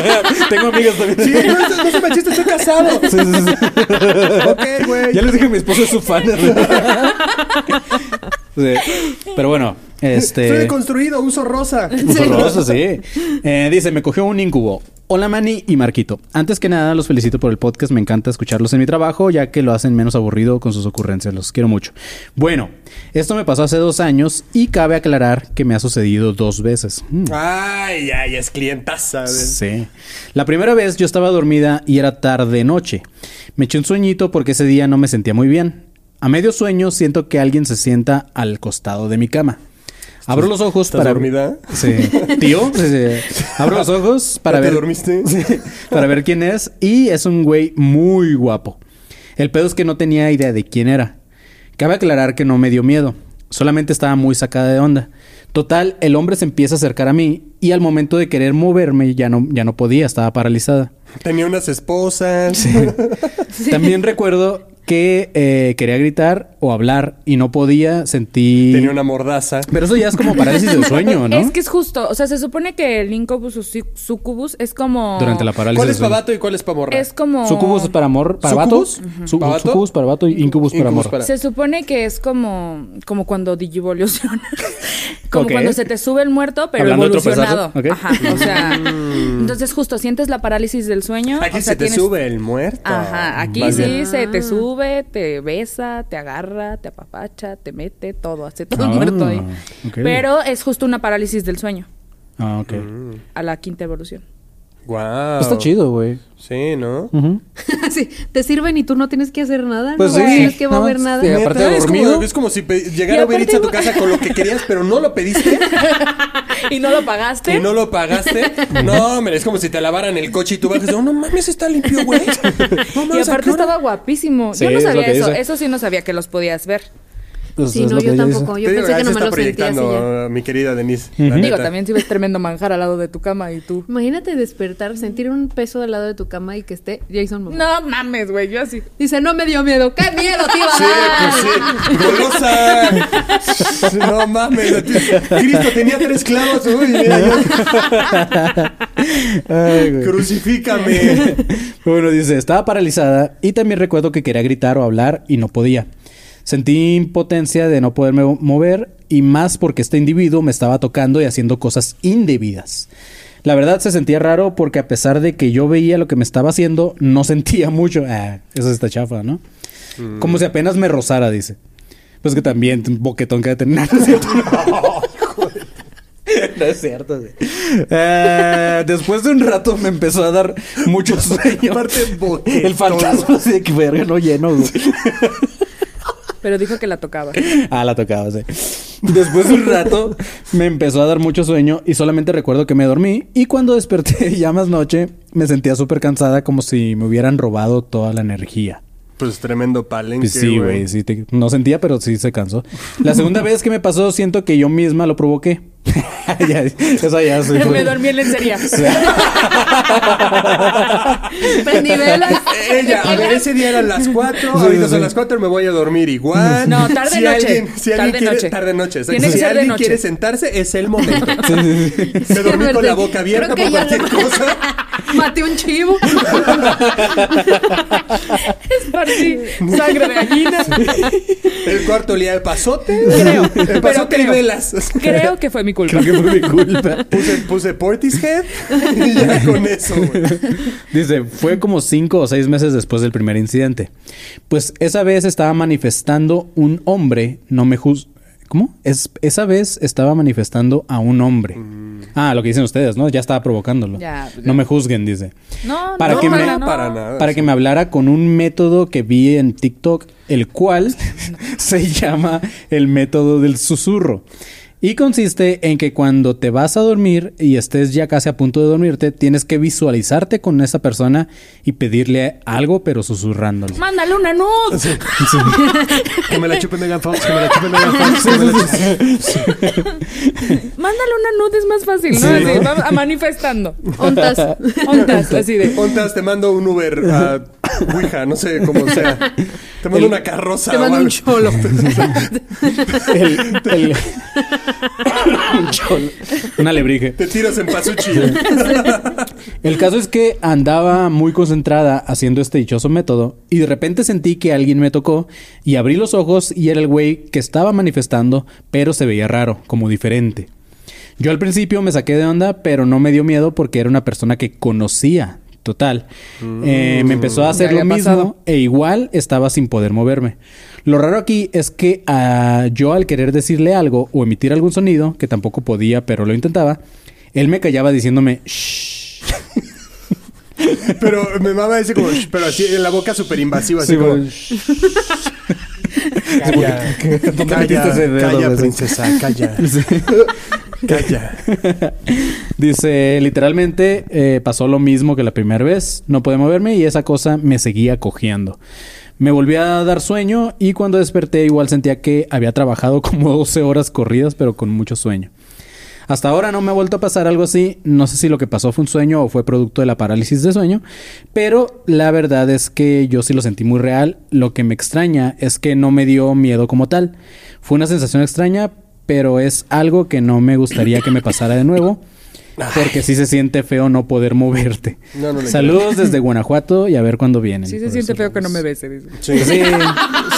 [laughs] Tengo amigas también. Sí, no, no, no soy machista, estoy casado. Sí, sí, sí. Ok, güey. Ya les dije, mi esposo es su fan. Sí. Pero bueno, este... Soy deconstruido, uso rosa. Horroroso, sí. Eh, dice, me cogió un incubo. Hola Manny y Marquito. Antes que nada los felicito por el podcast, me encanta escucharlos en mi trabajo ya que lo hacen menos aburrido con sus ocurrencias, los quiero mucho. Bueno, esto me pasó hace dos años y cabe aclarar que me ha sucedido dos veces. Mm. Ay, ay, es clientaza. güey. Sí. La primera vez yo estaba dormida y era tarde noche. Me eché un sueñito porque ese día no me sentía muy bien. A medio sueño siento que alguien se sienta al costado de mi cama. Abro los ojos estás para dormida? Sí. Tío, Sí, [laughs] sí. abro los ojos para ¿Ya te ver dormiste? Sí, para ver quién es y es un güey muy guapo. El pedo es que no tenía idea de quién era. Cabe aclarar que no me dio miedo, solamente estaba muy sacada de onda. Total, el hombre se empieza a acercar a mí y al momento de querer moverme ya no, ya no podía, estaba paralizada. Tenía unas esposas. [laughs] También recuerdo que eh, quería gritar o hablar y no podía, sentí... Tenía una mordaza. Pero eso ya es como parálisis del sueño, ¿no? Es que es justo. O sea, se supone que el incubus o su- sucubus es como... Durante la parálisis ¿Cuál del es para sueño. vato y cuál es para morra? Es como... Sucubus es para amor, para vatos. ¿Sucubus? Su- ¿Para vato? Sucubus para vato y incubus para Incubus amor. para- Se supone que es como, como cuando digivoluciona. [laughs] como Ok. cuando se te sube el muerto, pero Hablando de evolucionado. tropezarse, ok. Ajá. O sea, entonces justo sientes la parálisis del sueño. Mm. Aquí Ah, o sea, se te tienes- sube el muerto. Ajá, aquí Más sí bien. se te sube, te besa, te agarra, te apapacha, te mete, todo, hace todo Ah, muerto ahí. ok. Pero es justo una parálisis del sueño Ah, ok. Mm. a la quinta evolución. [laughs] Guau. Está chido, güey. Sí, ¿no? Oh. Ujú. Sí, te sirven y tú no tienes que hacer nada. Pues no sí. tienes que No, mover sí. nada. Y aparte de es, como, dormido. es como si pe- Y llegara aparte Uber Eats a tu iba- casa con lo que querías, pero no lo [laughs] pediste ¿Y no lo [laughs] pagaste? y no lo pagaste. No, hombre, es como si te lavaran el coche y tú bajas. y, Oh, no mames, está [laughs] limpio, güey. No y mames, ¿a aparte qué hora? estaba guapísimo. Sí, Yo no es lo sabía que eso. dice. Eso sí no sabía que los podías ver. Pues Sí, es no, lo que yo ella dice. tampoco. Yo Te digo, pensé ahí que se nomás está lo sentía así ya. proyectando, mi querida Denise. la Digo, neta. también si ves tremendo manjar al lado de tu cama y tú. Imagínate despertar, sentir un peso al lado de tu cama y que esté Jason Momoa. No mames, güey, yo así. Dice, no me dio miedo. ¡Qué miedo [laughs] te iba a Sí, dar! pues sí. Golosa. No mames. Cristo tenía tres clavos. Uy, [laughs] mira, yo- Ay, güey. crucifícame. [laughs] Bueno, dice, estaba paralizada y también recuerdo que quería gritar o hablar y no podía. Sentí impotencia de no poderme mo- mover y más porque este individuo me estaba tocando y haciendo cosas indebidas. La verdad se sentía raro porque a pesar de que yo veía lo que me estaba haciendo, no [laughs] sentía mucho. Ah, eso está chafa, ¿no? Como si apenas me rozara, dice. Pues que también un boquetón que ha de tener. [laughs] No es cierto. [laughs] No es cierto, güey. Eh, después de un rato me empezó a dar [laughs] mucho sueño. Aparte, boquetón. el fantasma así de que verga, no lleno, güey. Pero dijo que la tocaba. Ah, la tocaba, sí. Después de un rato me empezó a dar mucho sueño y solamente recuerdo que me dormí y cuando [laughs] desperté ya más noche me sentía súper cansada como si me hubieran robado toda la energía. Pues tremendo palenque, Pues sí, güey, sí te- no sentía, pero sí se cansó. La segunda vez que me pasó, siento que yo misma lo provoqué. [laughs] Ya, esa ya se fue. [laughs] [laughs] Me dormí [laughs] en lencería. Prendí velas. [laughs] Ella, a ver, ese día eran las 4, ahorita son las 4, me voy a dormir igual. No, tarde, Si noche. alguien- si alguien Tarde, quiere- noche. Tarde noche. exacto. Tiene que Si ser de alguien noche. quiere sentarse, es el momento. [laughs] Me dormí con la boca abierta por cualquier cosa. Maté un [laughs] chivo. Esparcí [laughs] sangre de gallina. [laughs] El cuarto olía de pasote. Creo, El pero pasote y creo. velas. Creo que fue mi culpa. Creo que fue mi culpa. Puse, puse Portishead y [laughs] ya con eso, güey. Dice, fue como cinco o seis meses después del primer incidente. Pues esa vez estaba manifestando un hombre, no me juz... ¿Cómo? Es, esa vez estaba manifestando a un hombre. Mm. Ah, lo que dicen ustedes, ¿no? Ya estaba provocándolo. Ya, pues, No me juzguen, dice. No, Para no, que me- no, no. Para nada. Para que me hablara con un método que vi en TikTok, el cual se llama el método del susurro. Y consiste en que cuando te vas a dormir y estés ya casi a punto de dormirte, tienes que visualizarte con esa persona y pedirle algo, pero susurrándole. Mándale una nude. Que me la chupe Megan Fox, que me la chupe Megan Fox. que me la chupe. Mándale una nude es más fácil, ¿no? Así, vamos a manifestando. Ontas. Ontas, así de. "Oh, Ontas, te mando un Uber a Ouija, no sé cómo sea. Te mando una carroza. Te mando o un algo. cholo. [laughs] El- el- [coughs] Un cholo. Una lebrige. [laughs] Te tiras en pasuchi. El caso es que andaba muy concentrada haciendo este dichoso método y de repente sentí que alguien me tocó y abrí los ojos y era el güey que estaba manifestando, pero se veía raro, como diferente. Yo al principio me saqué de onda, pero no me dio miedo porque era una persona que conocía. Total. Eh, me empezó a hacer Mm. Ya lo había mismo pasado. e igual estaba sin poder moverme. Lo raro aquí es que ah, yo al querer decirle algo o emitir algún sonido, que tampoco podía, pero lo intentaba, él me callaba diciéndome, "Shh". Pero mi mamá dice como, "Shh", pero así en la boca súper invasiva, así Sí, como. güey. [laughs] Calla, ¿Dónde metiste ese calla, este dedo, calla, güey? princesa, calla. Calla. Dice, literalmente eh, pasó lo mismo que la primera vez, no pude moverme y esa cosa me seguía cojeando. Me volví a dar sueño y cuando desperté igual sentía que había trabajado como [laughs] 12 horas corridas pero con mucho sueño. Hasta ahora no me ha vuelto a pasar algo así, no sé si lo que pasó fue un sueño o fue producto de la parálisis de sueño, pero la verdad es que yo sí lo sentí muy real, lo que me extraña es que no me dio miedo como tal, fue una sensación extraña, pero es algo que no me gustaría que me pasara de nuevo. Porque sí se siente feo no poder moverte. No, no le Saludos desde Guanajuato y a ver cuándo vienen. Sí Por se siente eso. feo que no me bese. dice. Sí. Sí,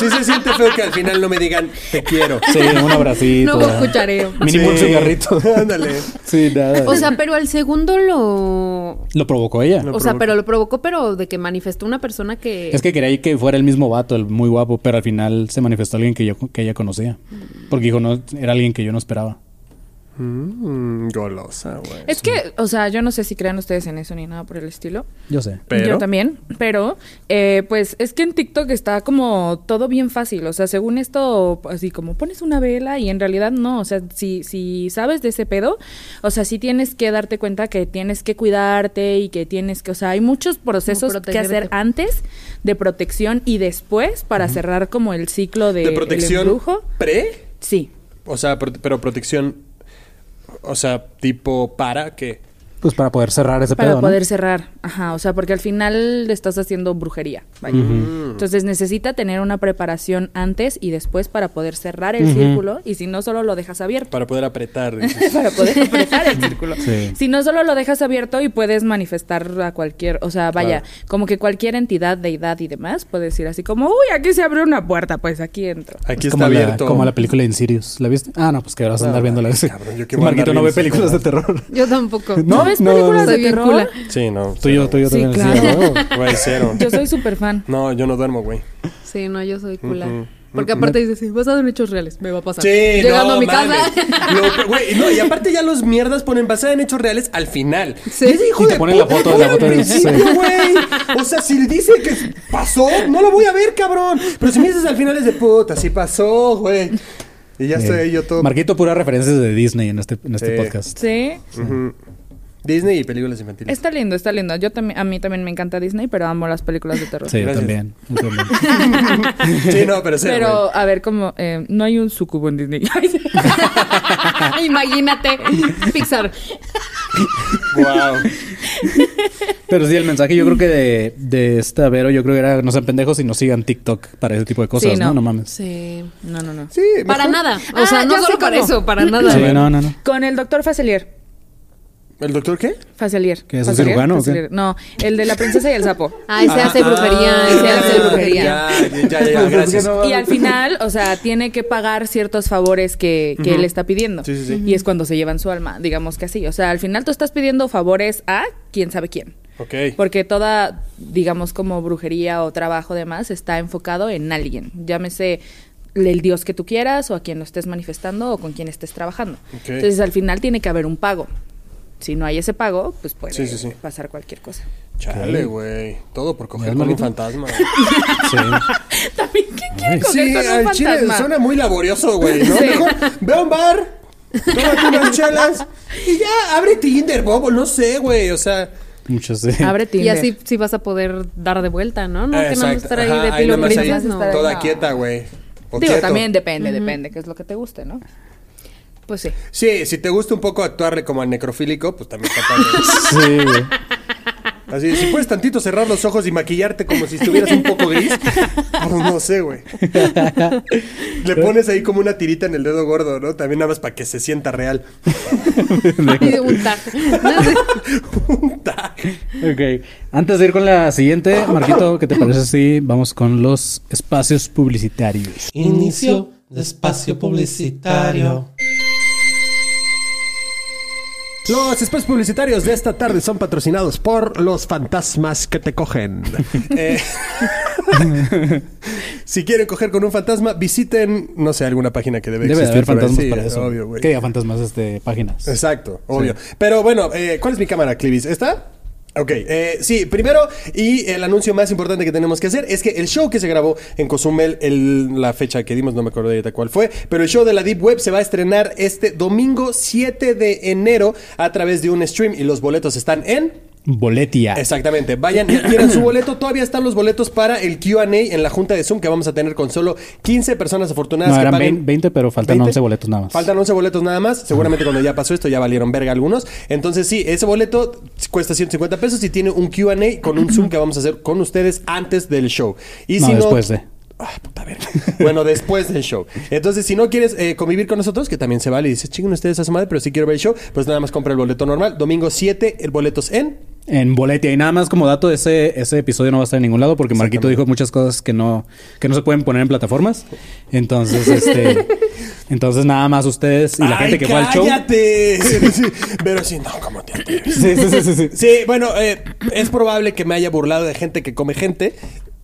Sí se siente feo que al final no me digan te quiero. sí, un abracito. No hubo cuchareo. Mínimo un Sí. cigarrito. Ándale. Sí, nada. O sea, pero al segundo lo. lo provocó ella. O sea, pero lo provocó, pero de que manifestó una persona que. Es que quería que fuera el mismo vato, el muy guapo, pero al final se manifestó alguien que yo que ella conocía. Porque dijo, no, era alguien que yo no esperaba. Mm, golosa, güey. Es que, o sea, yo no sé si crean ustedes en eso ni nada por el estilo. Yo sé. Yo Pero. también, pero eh, pues es que en TikTok está como todo bien fácil, o sea, según esto, así como pones una vela y en realidad no, o sea, si, si sabes de ese pedo, o sea, sí tienes que darte cuenta que tienes que cuidarte y que tienes que, o sea, hay muchos procesos que protegerte. hacer antes de protección y después para cerrar como el ciclo de, ¿De el protección embrujo. pre? Sí. O sea, pro- pero protección. O sea, tipo para que. Pues para poder cerrar ese Para pedo, poder cerrar, ajá, o sea, porque al final le estás haciendo brujería. vaya. Entonces necesita tener una preparación antes y después para poder cerrar el Ujú. círculo y si no solo lo dejas abierto. [laughs] Para poder apretar. [laughs] para poder apretar el círculo. Sí. Si no solo lo dejas abierto y puedes manifestar a cualquier, o sea, vaya, como que cualquier entidad, deidad y demás, puedes decir así como, uy, aquí se abrió una puerta, pues aquí entro. Aquí Es está como la, abierto. como la película de Insidious. ¿La viste? Ah, no, pues que ahora vas a andar Ah, viendo la cabrón, yo qué [laughs] voy a Marquito no andar ve viendo películas de esas terror. Yo tampoco. No, ves no, películas no. de Soy bien terror? cula. Sí, no. Tú y yo, tú y yo Sí, también. sí, claro. a huevo. Güey, cero. Yo soy súper fan. No, yo no duermo, güey. Sí, no, yo soy cula. Ujú. Porque aparte dices, sí, basado en hechos reales, me va a pasar. Sí, Llegando no, a mi mames. casa. [laughs] Lo que- güey, no, y aparte ya los mierdas ponen basada en hechos reales al final. Sí. Y ese hijo Y te de ponen la puta, foto de la güey, foto al de- principio, sí. güey. O sea, si dice que pasó, no lo voy a ver, cabrón. Pero si me dices al final es de puta, sí pasó, güey. Y ya estoy ahí yo todo. Marquito, pura referencias de Disney en este, en este Sí. podcast. Sí. Ujú. Disney y películas infantiles. Está lindo, está lindo. Yo también, a mí también me encanta Disney, pero amo las películas de terror. Sí, yo también. yo también. [laughs] Sí, no, pero sí. Pero, a ver, como eh, no hay un sucubo en Disney. [laughs] [laughs] Imagínate, Pixar. Wow. Pero sí, el mensaje yo creo que [laughs] de, de esta Vero, yo creo que era no sean pendejos y no sigan TikTok para ese tipo de cosas, Sí, no. no. ¿no? mames. Sí. No, no, no. Sí, Para mejor nada. O Ah, sea, no ya sé solo para cómo. eso, para nada. Sí, no, no, no. Con el doctor Facelier. ¿El doctor qué? Facelier. ¿Qué, es un Facelier, cirujano o qué? Facelier. No, el de la princesa y el sapo. Ay, se hace brujería, se hace brujería. Ah, Ya, ya, ya, gracias. Y al final, o sea, tiene que pagar ciertos favores que, que Ujú. él está pidiendo. Sí, sí, sí. Y es cuando se llevan su alma, digamos que así. O sea, al final tú estás pidiendo favores a quién sabe quién. Ok. Porque toda, digamos, como brujería o trabajo demás está enfocado en alguien. Llámese el dios que tú quieras o a quien lo estés manifestando o con quien estés trabajando. Ok. Entonces, al final tiene que haber un pago. Si no hay ese pago, pues puede Sí, sí, sí. pasar cualquier cosa. Chale, güey. Todo por ¿Ya, coger con un Manolito? [laughs] fantasma. Sí. [laughs] También, ¿qué quiere coger Sí, con un al chile fantasma? suena muy laborioso, güey. ¿no? Sí. Mejor ve a un bar, tómate unas chelas y ya abre Tinder, bobo. No sé, güey. O sea, Muchos sí. [laughs] Abre Y Tinder. así sí vas a poder dar de vuelta, ¿no? No Ah, que no exacto, estar ahí ajá, de ahí pilo nomás ahí, princesa, no. Toda No. quieta, güey. O Digo, quieto. también depende, depende, qué es lo que te guste, ¿no? [laughs] Pues sí. Sí, si te gusta un poco actuar como al necrofílico, pues también está [laughs] padre. [laughs] Sí, güey. Así, si puedes tantito cerrar los ojos y maquillarte como si estuvieras un poco gris, pues no sé, güey. Le pones ahí como una tirita en el dedo gordo, ¿no? También nada más para que se sienta real. [laughs] Y de un tag. No sé. [laughs] Ok. Antes de ir con la siguiente, Marquito, ¿qué te parece si vamos con los espacios publicitarios? Inicio de espacio publicitario. Los espacios publicitarios de esta tarde son patrocinados por los fantasmas que te cogen. Eh, si quieren coger con un fantasma, visiten, no sé, alguna página que debe, Debe de existir. haber por ahí. fantasmas Sí, para eso. Obvio, güey. ¿Qué diga fantasmas? Este, páginas. Exacto, obvio. Pero bueno, eh, ¿cuál es mi cámara, Clivis? ¿Esta? Ok, eh, sí, primero, y el anuncio más importante que tenemos que hacer es que el show que se grabó en Cozumel, el- la fecha que dimos, no me acuerdo ahorita cuál fue, pero el show de la Deep Web se va a estrenar este domingo 7 de enero a través de un stream y los boletos están en... Boletia. Exactamente, vayan y adquieran su boleto. Todavía están los boletos para el QA en la junta de Zoom que vamos a tener con solo 15 personas afortunadas No, que eran paguen. 20, 20, pero faltan 20. 11 boletos nada más. Faltan 11 boletos nada más. Seguramente cuando ya pasó esto ya valieron verga algunos. Entonces sí, ese boleto cuesta 150 pesos y tiene un QA con un Zoom que vamos a hacer con ustedes antes del show. Y no, si no, después de. bueno, después del show. Entonces, si no quieres eh, convivir con nosotros, que también se vale, y dices, chinguen ustedes a su madre, pero si quiero ver el show, pues nada más compra el boleto normal. Domingo 7, el boletos en... En Boletia. Y nada más como dato, ese, ese episodio no va a estar en ningún lado porque Marquito dijo muchas cosas que no, que no se pueden poner en plataformas. Entonces, [laughs] este. entonces, nada más ustedes y la gente ¡Ay, que fue al show. [laughs] cállate! Sí, sí. Pero sí, no, ¿cómo te atreves? Sí, sí, sí, sí, sí. Sí, bueno, eh, es probable que me haya burlado de gente que come gente.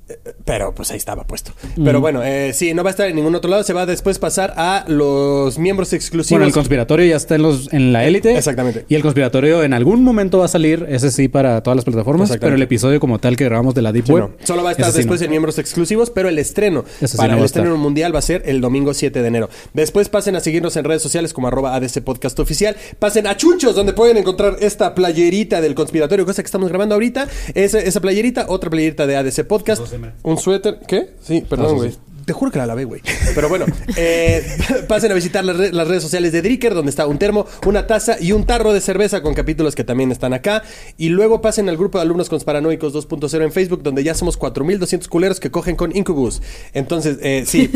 eh, Pero pues ahí estaba puesto. Pero Mm. bueno, eh, sí, no va a estar en ningún otro lado. Se va a después pasar a los miembros exclusivos. Bueno, el conspiratorio ya está en, los, en la élite. Exactamente. Y el conspiratorio en algún momento va a salir, ese sí, para todas las plataformas. Exactamente. Pero el episodio como tal que grabamos de la Deep Sí, Web. no. Solo va a estar ese sí después no. en miembros exclusivos, pero el estreno Ese sí para no va el a estreno estar. mundial va a ser el domingo 7 de enero. Después pasen a seguirnos en redes sociales como arroba ADC Podcast Oficial. Pasen a Chunchos, donde pueden encontrar esta playerita del conspiratorio, cosa que estamos grabando ahorita. Esa, esa playerita, otra playerita de ADC Podcast. Un suéter. ¿Qué? Sí, Ah, perdón, güey. Te juro que la lavé, güey. Pero bueno, eh, [laughs] pasen a visitar las, re- las redes sociales de Dricker, donde está un termo, una taza y un tarro de cerveza con capítulos que también están acá. Y luego pasen al grupo de alumnos con paranoicos 2.0 en Facebook, donde ya somos 4.200 culeros que cogen con Incubus. Entonces, eh, sí,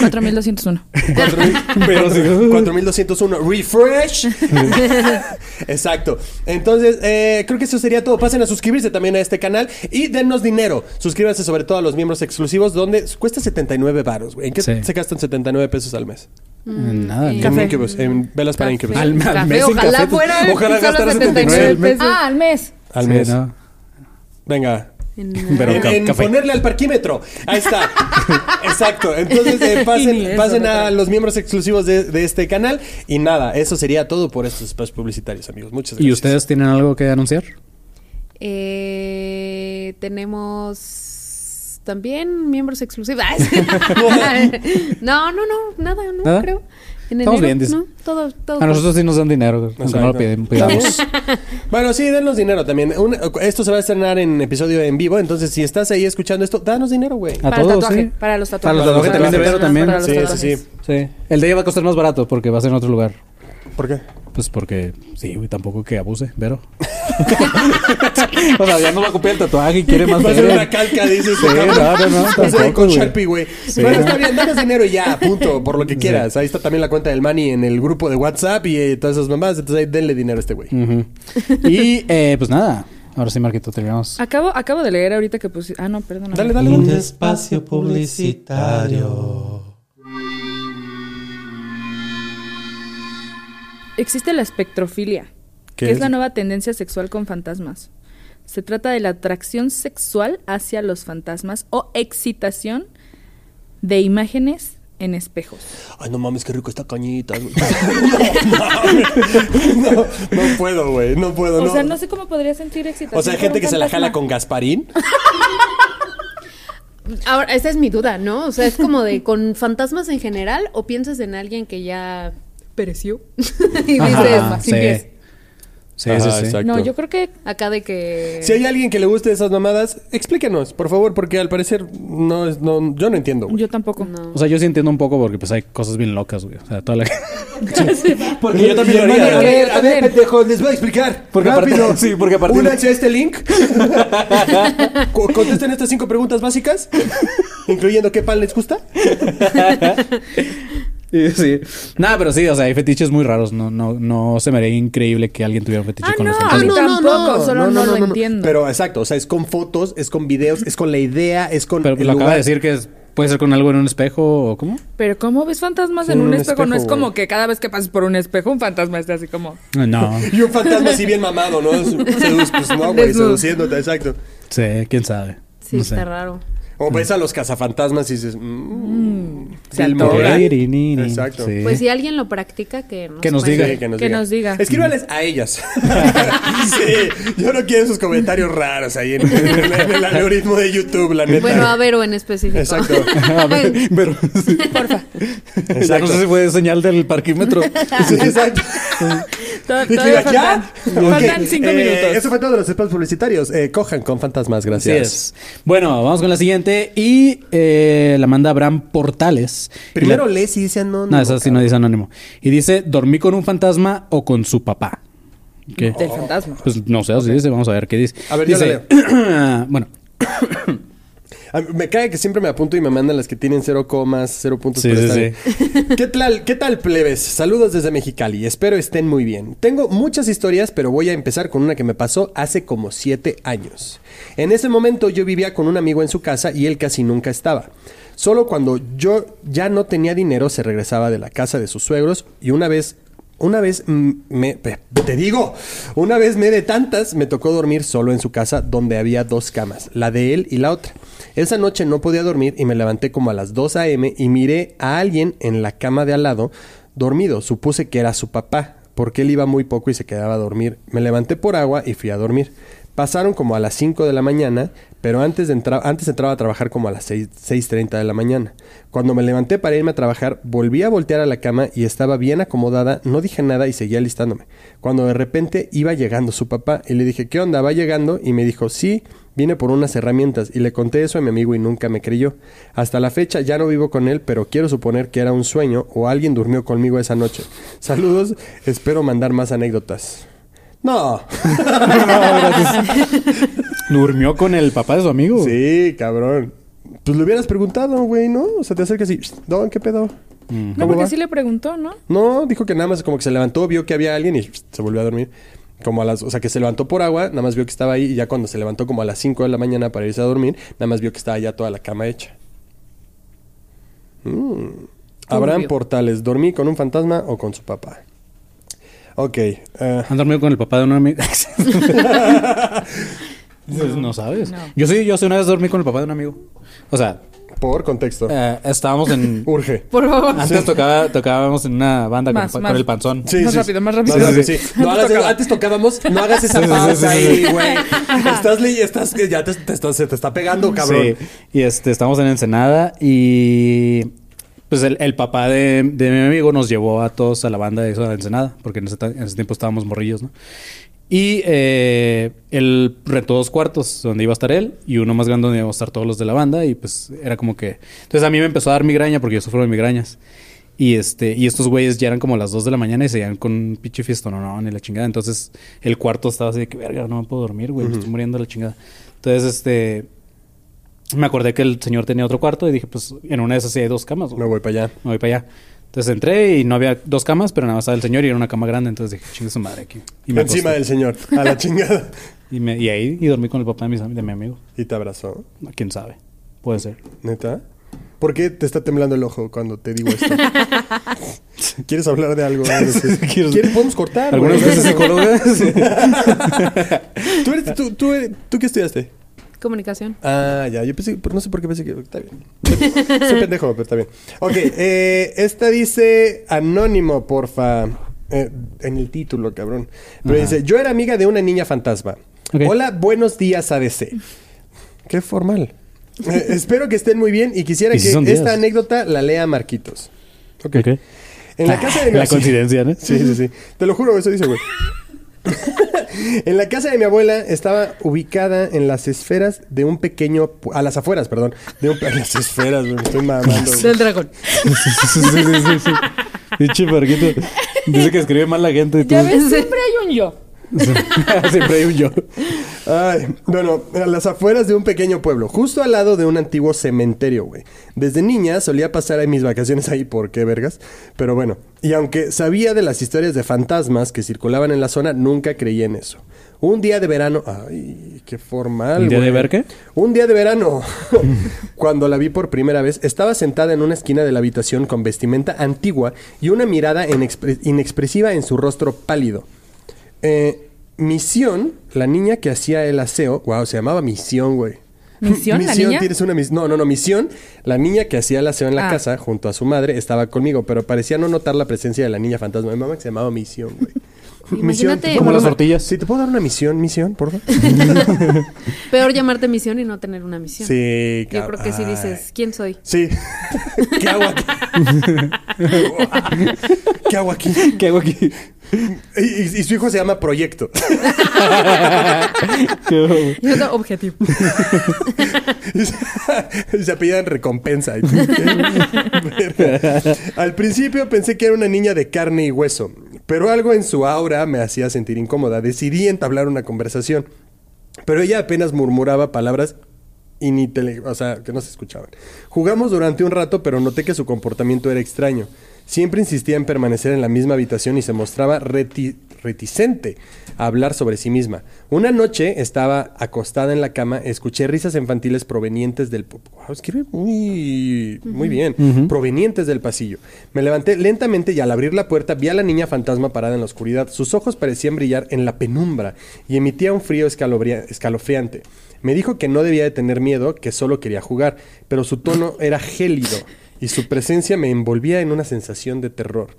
4201. [laughs] 4,000, Pero sí. 4201 refresh. [laughs] Exacto. Entonces, eh, creo que eso sería todo. Pasen a suscribirse también a este canal y dennos dinero. Suscríbanse sobre todo a los miembros exclusivos donde cuesta 79 varos, güey. ¿En qué Sí. se gastan 79 pesos al mes? Nada, Mm, Sí. ni- En Café. Incubus, en velas para Incubus. Al- al Café, mes sin ojalá café, pues, fuera ojalá solo gastara 79 79 pesos. Ah, al mes. Al Sí, mes. no. Venga. En- Pero en, ca- en café. ponerle al parquímetro. [laughs] Ahí está. Exacto. Entonces eh, pasen, Y ni eso, pasen no a creo. los miembros exclusivos de, de este canal. Y nada, eso sería todo por estos espacios publicitarios, amigos. Muchas gracias. ¿Y ustedes tienen algo que anunciar? Eh, tenemos [laughs] también miembros exclusivos. [laughs] no, no, no, nada, no ¿Nada? creo. En Estamos enero, bien, dice. ¿no? Todo, todo. A nosotros sí nos dan dinero, güey, aunque pues, no lo piden- pidamos. [laughs] bueno, sí, denos dinero también. Un- esto se va a estrenar en episodio en vivo, entonces si estás ahí escuchando esto, danos dinero, güey. A Para el todos, tatuaje, sí. para los Para Ah, los tatuajes también, de Vero también. Sí, sí, sí. Sí. El de ella va a costar más barato porque va a ser en otro lugar. ¿Por qué? Pues porque, sí, güey, tampoco que abuse, [laughs] Vero. o sea, ya no va a copiar el tatuaje y quiere más [laughs] Va a ser feria. una calca, dices. Sí, no, no, no, Va a ser tampoco, con güey. Sharpie, güey. Sí. Bueno, está bien, danos dinero y ya, punto, por lo que quieras. Ahí está también la cuenta del Manny en el grupo de WhatsApp y eh, todas esas mamás. Entonces ahí denle dinero a este güey. Ujú. Y, eh, pues nada. Ahora sí, Marquito, terminamos. Acabo, acabo de leer ahorita que puse. Ah, no, perdón. Dale, dale, dale. Un espacio publicitario. Existe la espectrofilia, ¿Qué que es? es? la nueva tendencia sexual con fantasmas. Se trata de la atracción sexual hacia los fantasmas o excitación de imágenes en espejos. Ay, no mames, qué rico esta cañita. güey. [laughs] No, mames. no, no puedo, güey. No puedo, O no. sea, no sé cómo podría sentir excitación. O sea, hay por gente un que se la fantasma. jala con Gasparín. pues, Ahora, esa es mi duda, ¿no? O sea, es como de con fantasmas en general o piensas en alguien que ya pereció [laughs] y dices, Ajá, sin pies. sí. Sí, sí, sí. No, yo creo que acá de que Si hay alguien que le guste esas mamadas, explíquenos, por favor, porque al parecer no es, no, yo no entiendo. güey. Yo tampoco. O sea, yo sí entiendo un poco porque pues hay cosas bien locas, güey. O sea, toda la [laughs] Porque yo también lo Yo también. haría. A ver, a ver, pendejos, les voy a explicar. Porque aparte- rápido. sí, porque aparte- Únanse a [laughs] este link. Co- contesten estas cinco preguntas básicas, incluyendo qué pan les gusta. [laughs] Sí, sí. Nada, pero sí, o sea, hay fetiches muy raros. No, no, no se me haría increíble que alguien tuviera un fetiche Ah, con los a mí fantasmas. tampoco, solo no, lo entiendo. Pero exacto, o sea, es con fotos, es con videos, es con la idea, es con. Pero pues, el lo acaba lugar. de decir que es- puede ser con algo en un espejo o cómo? Pero ¿cómo ves fantasmas en un, espejo? No es como que cada vez que pasas por un espejo un fantasma esté así como... Ah, No. Y un fantasma así bien mamado, ¿no? Sedu- pues no, güey, Desnudo. seduciéndote, exacto. [laughs] Sí, quién sabe. Sí, no sé. está raro. O ves a los cazafantasmas y dices. "Mm, Mm, Mmm, Se Bill antoja. Murray. Tirinini. Exacto. Sí. Pues si alguien lo practica que nos, Que nos diga. Sí, que nos Que diga. nos diga. Escríbales [laughs] a ellas. sí, yo no quiero esos comentarios raros ahí en, en- en el algoritmo de YouTube, la neta. Bueno, a Vero en específico. [laughs] Exacto. A ver, pero- Ya no sé si fue señal del [laughs] parquímetro. Sí, exacto. To- Y que todavía diga, ¿ya? faltan- faltan Ok, cinco eh, minutos. Eso fue todo de los espacios publicitarios. Eh, cojan con fantasmas, Así gracias. es. Bueno, vamos con la siguiente. Y eh, la manda Abraham Portales. Primero Y la- lees y dice no. No, esa sí no dice anónimo. Y dice, dormí con un fantasma o con su papá. ¿Qué? Del fantasma. Pues no sé, así dice, vamos a ver qué dice. A ver, yo dice, [clears throat] bueno, A mí Me cae que siempre me apunto y me mandan las que tienen cero comas, cero puntos Sí, por sí, estar. ¿Qué tal, ¿Qué tal, plebes? Saludos desde Mexicali. Espero estén muy bien. Tengo muchas historias, pero voy a empezar con una que me pasó hace como siete años. En ese momento yo vivía con un amigo en su casa y él casi nunca estaba. Solo cuando yo ya no tenía dinero se regresaba de la casa de sus suegros y una vez una vez mm, me pe- te digo, una vez me de tantas me tocó dormir solo en su casa donde había dos camas, la de él y la otra. Esa noche no podía dormir y me levanté como a las 2 a.m. y miré a alguien en la cama de al lado dormido. Supuse que era su papá, porque él iba muy poco y se quedaba a dormir. Me levanté por agua y fui a dormir. Pasaron como a las 5 de la mañana, pero antes, de entrar, antes entraba a trabajar como a las seis- 6.30 de la mañana. Cuando me levanté para irme a trabajar, volví a voltear a la cama y estaba bien acomodada, no dije nada y seguía listándome. Cuando de repente iba llegando su papá y le dije, ¿qué onda? ¿Va llegando? Y me dijo, sí, vine por unas herramientas y le conté eso a mi amigo y nunca me creyó. Hasta la fecha ya no vivo con él, pero quiero suponer que era un sueño o alguien durmió conmigo esa noche. Saludos, espero mandar más anécdotas. No. ¿Durmió con el papá de su amigo? [laughs] Sí, cabrón. Pues le hubieras preguntado, güey, ¿no? O sea, te acercas y... Don, ¿qué pedo? No, ¿Cómo porque va? sí le preguntó, ¿no? No, dijo que nada más como que se levantó, vio que había alguien y se volvió a dormir. Como a las, o sea, que se levantó por agua, nada más vio que estaba ahí y ya cuando se levantó como a las 5 de la mañana para irse a dormir, nada más vio que estaba ya toda la cama hecha. Mm. Abraham vio? Portales, ¿dormí con un fantasma o con su papá? Ok. eh, ¿Han dormido con el papá de un [laughs] amigo? Pues no sabes. Yo sí, yo sí una vez dormí con el papá de un amigo. O sea... Por contexto. Eh. estábamos [laughs] en... Urge. Por favor. Antes Sí. tocaba, tocábamos en una banda con, Más, el pa- más. con el panzón. Sí, Más sí, sí. rápido, más rápido. No, sí. [laughs] No hagas eso. Antes tocábamos, no hagas esa Sí, sí, sí, pausa sí, sí. [laughs] ahí, güey. Estás, le- estás, ya te, te estás- se te está pegando, cabrón. Sí. Y este, estamos en Ensenada y Pues el, el papá de, de mi amigo nos llevó a todos a la banda de eso de Ensenada, porque en ese, ta- en ese tiempo estábamos morrillos, ¿no? Y eh, él rentó dos cuartos donde iba a estar él y uno más grande donde íbamos a estar todos los de la banda y pues era como que... Entonces a mí me empezó a dar migraña porque yo sufro de migrañas. Y este y estos güeyes ya eran como las 2 de la mañana y se iban con un pinche fiesta, no, no, ni la chingada. Entonces el cuarto estaba así de que, verga, no me puedo dormir, güey, me estoy muriendo de la chingada. Entonces, este... Me acordé que el señor tenía otro cuarto y dije, pues en una de esas sí hay dos camas. Me voy para allá. Me voy para allá. Entonces entré y no había dos camas, pero nada más estaba el señor y era una cama grande. Entonces dije, chingue su madre aquí. Y Encima del señor, a la chingada. y, me- y ahí y dormí con el papá de, mis am- de mi amigo. ¿Y te abrazó? ¿Quién sabe? Puede ser. ¿Neta? ¿Por qué te está temblando el ojo cuando te [laughs] digo esto? ¿Quieres hablar de algo? ¿Quieres- ¿Quieres- ¿Podemos cortar? ¿Algunas güey? veces [laughs] psicóloga? ¿Tú, eres, tú, tú eres- ¿Tú qué estudiaste? Comunicación. Ah, ya. Yo pensé... pero No sé por qué pensé que... Está bien. Soy pendejo, pero está bien. Ok. eh, esta dice... Anónimo, porfa. Eh, en el título, cabrón. Pero Ajá. dice... Yo era amiga de una niña fantasma. Hola, buenos días, ADC. Qué formal. Eh, espero que estén muy bien y quisiera Y que sí son días. esta anécdota la lea Marquitos. Ok. En la casa de mi Ah, La coincidencia, ¿no? Sí, sí, sí. Te lo juro, eso dice, güey. [laughs] en la casa de mi abuela estaba ubicada en las esferas de un pequeño... pu- A las afueras, perdón. De un... A las esferas, güey, me estoy [laughs] mamando. güey. Del dragón. [laughs] sí, sí, sí, sí, sí. Pinche Marquito. Dice que escribe mal la gente. y tú- Ya ves, siempre hay un yo. [laughs] Siempre hay un yo. Ay, bueno, a las afueras de un pequeño pueblo, justo al lado de un antiguo cementerio, güey. Desde niña solía pasar ahí mis vacaciones ahí, ¿por qué vergas? Pero bueno, y aunque sabía de las historias de fantasmas que circulaban en la zona, nunca creí en eso. Un día de verano, ay, qué formal. ¿Un día de güey. ver qué? Un día de verano, [laughs] cuando la vi por primera vez, estaba sentada en una esquina de la habitación con vestimenta antigua y una mirada inexpre- inexpresiva en su rostro pálido. Eh, Misión, la niña que hacía el aseo, wow, se llamaba Misión, güey. ¿Misión, la niña? tienes una mis- No, no, no, Misión, la niña que hacía el aseo en la Ah. casa junto a su madre estaba conmigo, pero parecía no notar la presencia de la niña fantasma. Mi mamá que se llamaba Misión, güey. Misión, Imagínate- ¿te puedo Como dar las una- Sí, ¿te puedo dar una misión, misión, por [laughs] favor? Peor llamarte misión y no tener una misión. Sí, Yo creo que si dices, ¿quién soy? Sí. [laughs] ¿Qué hago [laughs] aquí? ¿Qué hago aquí? [laughs] ¿Qué hago aquí? Y, y- y su hijo se llama Proyecto. [laughs] Y otro objetivo. Y se apellidan recompensa. Y tú, ¿qué? Verga. Al principio pensé que era una niña de carne y hueso, pero algo en su aura me hacía sentir incómoda. Decidí entablar una conversación, pero ella apenas murmuraba palabras y ni tele- o sea, que no se escuchaban. Jugamos durante un rato, pero noté que su comportamiento era extraño. Siempre insistía en permanecer en la misma habitación y se mostraba reti- reticente a hablar sobre sí misma. Una noche estaba acostada en la cama, escuché risas infantiles provenientes del... po- Wow, escribe muy, muy bien. Provenientes del pasillo. Me levanté lentamente y al abrir la puerta vi a la niña fantasma parada en la oscuridad. Sus ojos parecían brillar en la penumbra y emitía un frío escalofria- escalofriante. Me dijo que no debía de tener miedo, que solo quería jugar, pero su tono era gélido y su presencia me envolvía en una sensación de terror.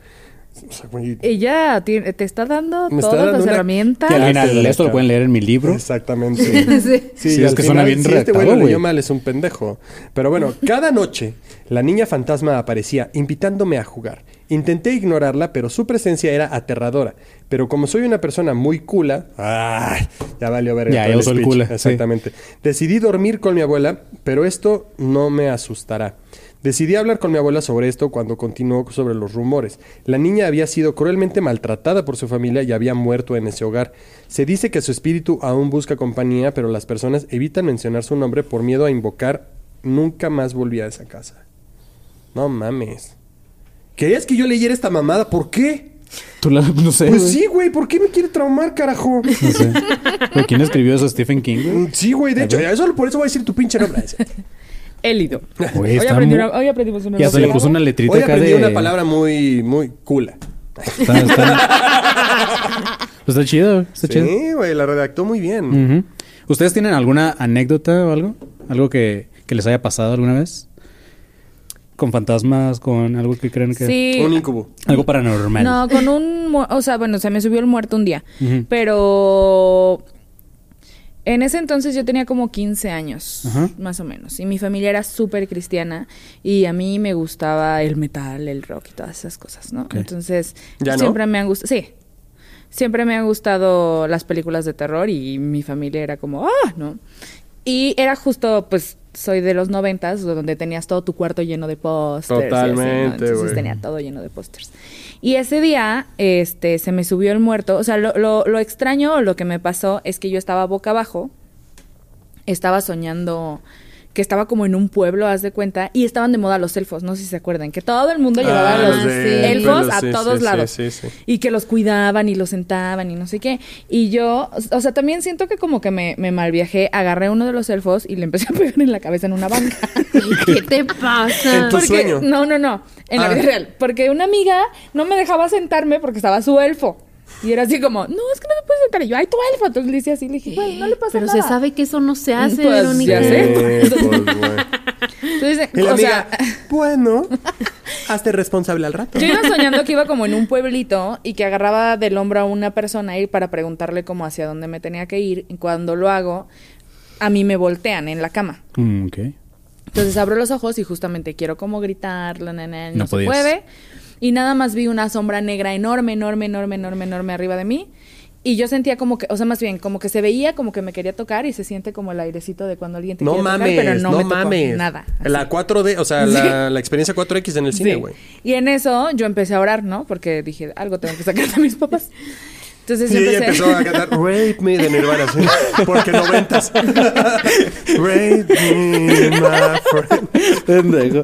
O sea, Eh, güey, Ella tiene- te está dando Me está todas dando las una- herramientas. Que al Cálmate de final, la esto lo cara. pueden leer en mi libro. Exactamente. Sí. Sí, Sí, y es al que suena final, bien si este güey redactado, lo leyó güey. mal, es un pendejo. Pero bueno, cada noche la niña fantasma aparecía invitándome a jugar. Intenté ignorarla, pero su presencia era aterradora. Pero como soy una persona muy cula, ¡ay! ya valió ver Ya, ya usó el cula, sí. Exactamente. Decidí dormir con mi abuela, pero esto no me asustará. Decidí hablar con mi abuela sobre esto cuando continuó sobre los rumores. La niña había sido cruelmente maltratada por su familia y había muerto en ese hogar. Se dice que su espíritu aún busca compañía, pero las personas evitan mencionar su nombre por miedo a invocar. Nunca más volví a esa casa. No mames. ¿Querías que yo leyera esta mamada? ¿Por qué? Tú la- no sé. Pues güey. sí, güey, ¿por qué me quiere traumar, carajo? No sé. Güey, ¿Quién escribió eso? ¿Stephen King? güey? Sí, güey, de hecho, eso, por eso voy a decir tu pinche nombre. Élido. Güey, Hoy, está aprendí muy- una- hoy aprendimos una Y hasta le nueva puso una letrita Hoy acá aprendí de... una palabra muy, muy cool. Está, Pues está chido, güey. está chido. Mm. Sí, güey, la redactó muy bien. Ujú. ¿Ustedes tienen alguna anécdota o algo? ¿Algo que, que les haya pasado alguna vez? ¿Con fantasmas? ¿Con algo que creen que...? Sí. Un incubo. Algo paranormal. No, con un... mu- O sea, bueno, se me subió el muerto un día. Ujú. Pero... En ese entonces yo tenía como 15 años, Ajá. más o menos. Y mi familia era súper cristiana y a mí me gustaba el metal, el rock y todas esas cosas, ¿no? Ok. Entonces, ¿Ya no? siempre me han gustado... Sí, siempre me han gustado las películas de terror y mi familia era como, ah, ¿no? Y era justo, pues, soy de los noventas, donde tenías todo tu cuarto lleno de pósters. y así, ¿no? Totalmente, Entonces güey. tenía todo lleno de pósters. Y ese día, este, se me subió el muerto. O sea, lo, lo, lo extraño o lo que me pasó es que yo estaba boca abajo, estaba soñando que estaba como en un pueblo, haz de cuenta, y estaban de moda los elfos, no sé si se acuerdan, que todo el mundo llevaba Ah, los los de elfos pelos, a sí, todos sí, lados sí, sí, sí. y que los cuidaban y los sentaban y no sé qué. Y yo, o sea, también siento que como que me, me malviajé, agarré uno de los elfos y le empecé a [laughs] pegar en la cabeza en [laughs] una banca. ¿Qué te pasa? Porque- No, no, no, en Ah. la vida real. Porque una amiga no me dejaba sentarme porque estaba su elfo. Y era así como, no, es que no me puedes sentar. Y yo, ay, tu elfo. Entonces le hice así, le dije, güey, no le pasa Pero nada. se sabe que eso no se hace, Pues, Verónica. ya sé. Eh, pues, [laughs] güey. Entonces, Y la o sea, amiga, [laughs] bueno, hazte responsable al rato. Yo iba soñando que iba como en un pueblito y que agarraba del hombro a una persona y para preguntarle como hacia dónde me tenía que ir. Y cuando lo hago, a mí me voltean en la cama. Mm, ok. Entonces abro los ojos y justamente quiero como gritar, la, na, na, no, No se podías. puede. Y nada más vi una sombra negra enorme, enorme, enorme, enorme, enorme arriba de mí. Y yo sentía como que, o sea, más bien, como que se veía como que me quería tocar y se siente como el airecito de cuando alguien te No quiere mames, tocar, pero no, no, me tocó mames. nada. La 4D, o sea, la, la experiencia 4X en el cine, güey. Y en eso yo empecé a orar, ¿no? Porque dije, algo tengo que sacar de mis papás. Entonces Y yo ella empecé... empezó a [laughs] cantar Rape Me de Nirvana, sí, porque noventas. [laughs] Rape Me, my [laughs] friend.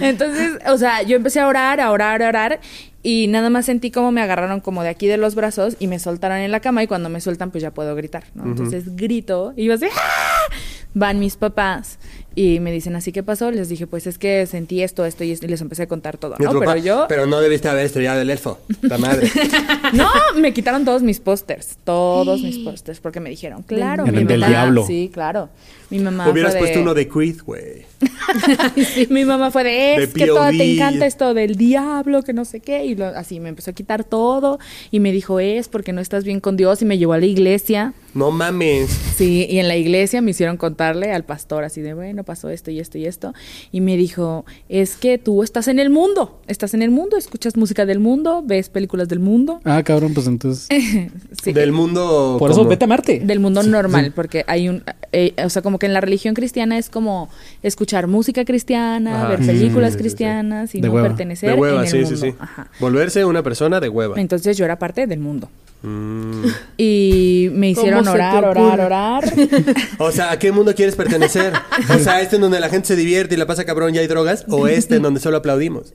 Entonces, o sea, yo empecé a orar, a orar, a orar. Y nada más sentí como me agarraron como de aquí de los brazos y me soltaron en la cama. Y cuando me sueltan, pues ya puedo gritar, ¿no? Ujú. Entonces grito y yo así... "¡Ah!". Van mis papás y me dicen, ¿así qué pasó? Les dije, pues es que sentí esto, esto y esto. Y les empecé a contar todo, Y ¿no? otro Pero papá, pero no debiste haber estrellado el elfo. La [laughs] madre. No, me quitaron todos mis pósters, todos mis pósters, porque me dijeron, claro, Del- mi del mamá, diablo. sí, claro. Mi mamá Hubieras fue puesto de- uno [laughs] de Creed, güey. Mi mamá fue de, es De que todo te POV. encanta esto del diablo, que no sé qué, y lo- así me empezó a quitar todo, y me dijo, es porque no estás bien con Dios, y me llevó a la iglesia. No mames. Sí, y en la iglesia me hicieron contarle al pastor así de, bueno, pasó esto y esto y esto. Y me dijo, es que tú estás en el mundo, estás en el mundo, escuchas música del mundo, ves películas del mundo. [laughs] Ah, cabrón, pues entonces. Sí. Del mundo. Por eso vete a Marte. Eh. Del mundo Sí, normal, sí. porque hay un... eh, o sea, como que en la religión cristiana es como escuchar música cristiana, Ajá. ver Mm, películas sí, sí, sí. cristianas y no pertenecer De hueva, en el sí, mundo. sí, sí. Volverse una persona de hueva. Entonces yo era parte del mundo. Mm. Y me ¿Cómo hicieron se te orar, ocurre? orar, orar. [laughs] O sea, ¿a qué mundo quieres [laughs] pertenecer? O sea, ¿este en donde la gente se divierte y la pasa cabrón y hay drogas? ¿O este en donde solo [laughs] aplaudimos?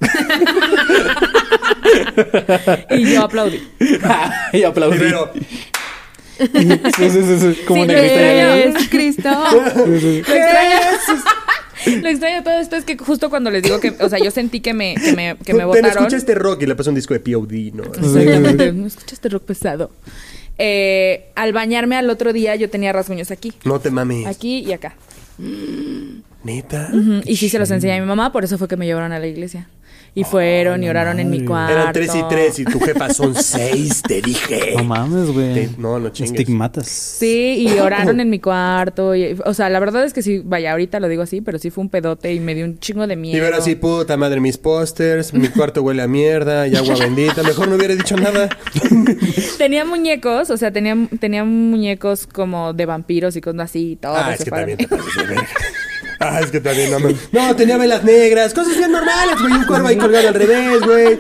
y yo [laughs] aplaudí. [laughs] y aplaudí. Pero, [laughs] sí, sí, sí, sí, Como en Sí, el lo cristal. extraño. Sí, [laughs] sí. Lo extraño. [laughs] Lo extraño de todo esto es que justo cuando les digo que, o sea, yo sentí que me, que me, que me Ten, botaron. escucha este rock y le pasa un disco de POD, ¿no? [laughs] Exactamente, no escuchaste rock pesado. Eh, al bañarme al otro día yo tenía rasguños aquí, No te mames. aquí y acá. ¿Neta? Ujú, Y sí se los enseñé a mi mamá, por eso fue que me llevaron a la iglesia. Y fueron y oraron en mi cuarto. Eran tres y tres y tu jefa [laughs] son seis, te dije. No mames, güey. Te- no, no chingues. Estigmatas. Sí, y oraron Oh. en mi cuarto. y- o sea, la verdad es que sí, vaya, ahorita lo digo así, pero sí fue un pedote y me dio un chingo de miedo. Y ver así, puta madre, mis pósters, mi cuarto huele a mierda y [laughs] agua bendita. Mejor no hubiera dicho nada. pues. Tenía muñecos, o sea, tenía, tenía muñecos como de vampiros y cosas así y todo. Ah, pues es se que fueron. también te pasas de [laughs] verga. Ah, es que también no mames. No, tenía velas negras, cosas bien normales, güey. Un cuervo ahí colgado al revés, güey.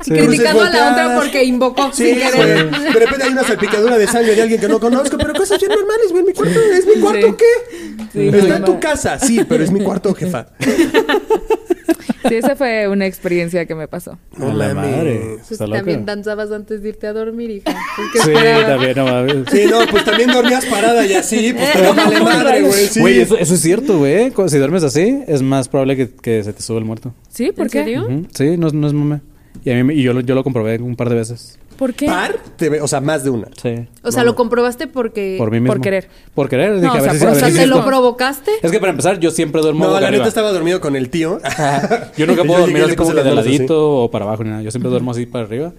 Criticando a la otra volteadas. porque invocó Sí, sin querer. güey. De repente hay una salpicadura de sangre de alguien que no conozco, pero cosas bien normales, güey. Mi cuarto, ¿es mi cuarto o qué? Sí, muy Está en tu mal. casa, sí, pero es mi cuarto, jefa. Sí, esa fue una experiencia que me pasó. No A la mames. madre. Pues Está también loca. danzabas antes de irte a dormir, hija. Pues, ¿qué [laughs] Sí, esperabas? también, no mames. Sí, no, pues también dormías parada y así, Eh, pues te vale madre, güey. Sí. Güey, eso, eso es cierto, güey. Cu- Si duermes así, es más probable que, que se te suba el muerto. ¿Sí? ¿Por ¿En qué? serio? Ujú. Sí, no, es- no es mame. Y, a mí, me- y yo, lo, yo lo comprobé un par de veces. ¿Por qué? ¿Par? Te ve- o sea, más de una. Sí. O sea, lo comprobaste porque. Por mí mismo. Por querer. Dije, No, a o ver sea, si- por- a o ver sea, si te es lo esto. provocaste. Es que para empezar, yo siempre duermo No, la boca neta arriba. estaba dormido con el tío. [laughs] Yo nunca Y puedo llegué dormir y así le como puse que las de manos así. ladito o para abajo ni nada. Yo siempre duermo así para arriba.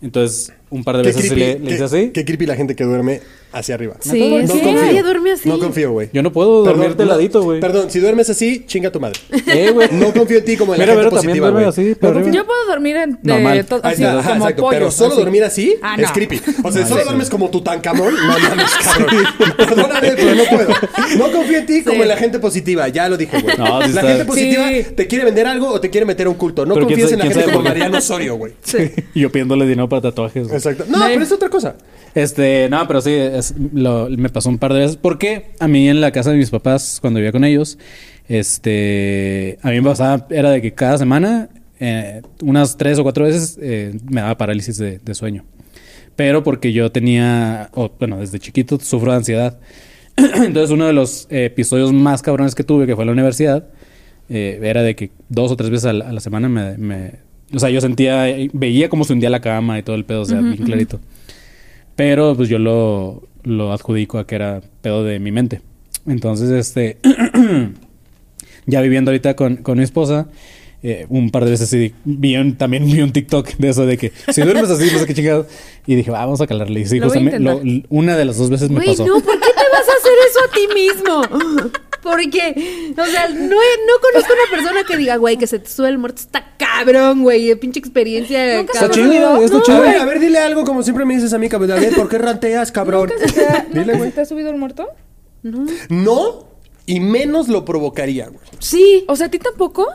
Entonces, Un par de Qué veces sí creepy, le, le qué- hice así. Qué creepy la gente que duerme hacia arriba. Sí, es que nadie duerme así. No confío, güey. Yo no puedo Perdón, dormir de no- ladito, güey. Perdón, si duermes así, chinga tu madre. Eh, güey. No confío en ti como en Mira, la gente Vero también positiva, duerme güey. así, No pero confío- Yo puedo dormir en, de Normal. todo- Ahí así, está, ajá, como exacto, pollo. pero solo así. dormir así Ah, es no. creepy. O sea, No, solo sí. duermes como Tutankamón, [laughs] no mames, cabrón. Perdóname, pero no puedo. No confío en ti como en la gente positiva, ya lo dije, güey. No, sí la está- gente positiva te quiere vender algo o te quiere meter a un culto. No Pero quién confíes sabe- en la quién gente sabe como por qué. Mariano Osorio, güey. [laughs] Yo pidiéndole dinero para tatuajes. güey. Exacto. No, pero es otra cosa. Este, no, pero sí, es- lo- me pasó un par de veces. Porque a mí en la casa de mis papás, cuando vivía con ellos, este, a mí me pasaba, era de que cada semana, eh, unas tres o cuatro veces, eh, me daba parálisis de, de sueño. Pero porque yo tenía, o, bueno, desde chiquito sufro de ansiedad. [clears throat] Entonces, uno de los episodios más cabrones que tuve, que fue en la universidad, eh, era de que dos o tres veces a la, a la semana me, me- O sea, yo sentía, veía cómo se hundía la cama y todo el pedo, o sea, Ujú, bien clarito. Pero pues yo lo, lo adjudico a que era pedo de mi mente. Entonces, este, [clears throat] ya viviendo ahorita con, con mi esposa, eh, un par de veces sí, vi un- también vi un TikTok de eso de que si duermes así, no sé qué chingados. Y dije, "Va, vamos a calarle. Y sí, Lo voy a justamente lo- intentar. una de las dos veces me Güey, pasó. no, ¿por qué te vas a hacer eso a ti mismo? [laughs] Porque, o sea, no, no conozco una persona que diga, güey, que se te sube el muerto. Está cabrón, güey. Pinche experiencia. Está cabrón. chido, está No, chido. güey, A ver, dile algo como siempre me dices a mí, cabrón. A ver, ¿por qué [laughs] ranteas, cabrón? Dile, güey. ¿Te has subido el muerto? No, y menos lo provocaría, güey. Sí. O sea, ¿a ti tampoco?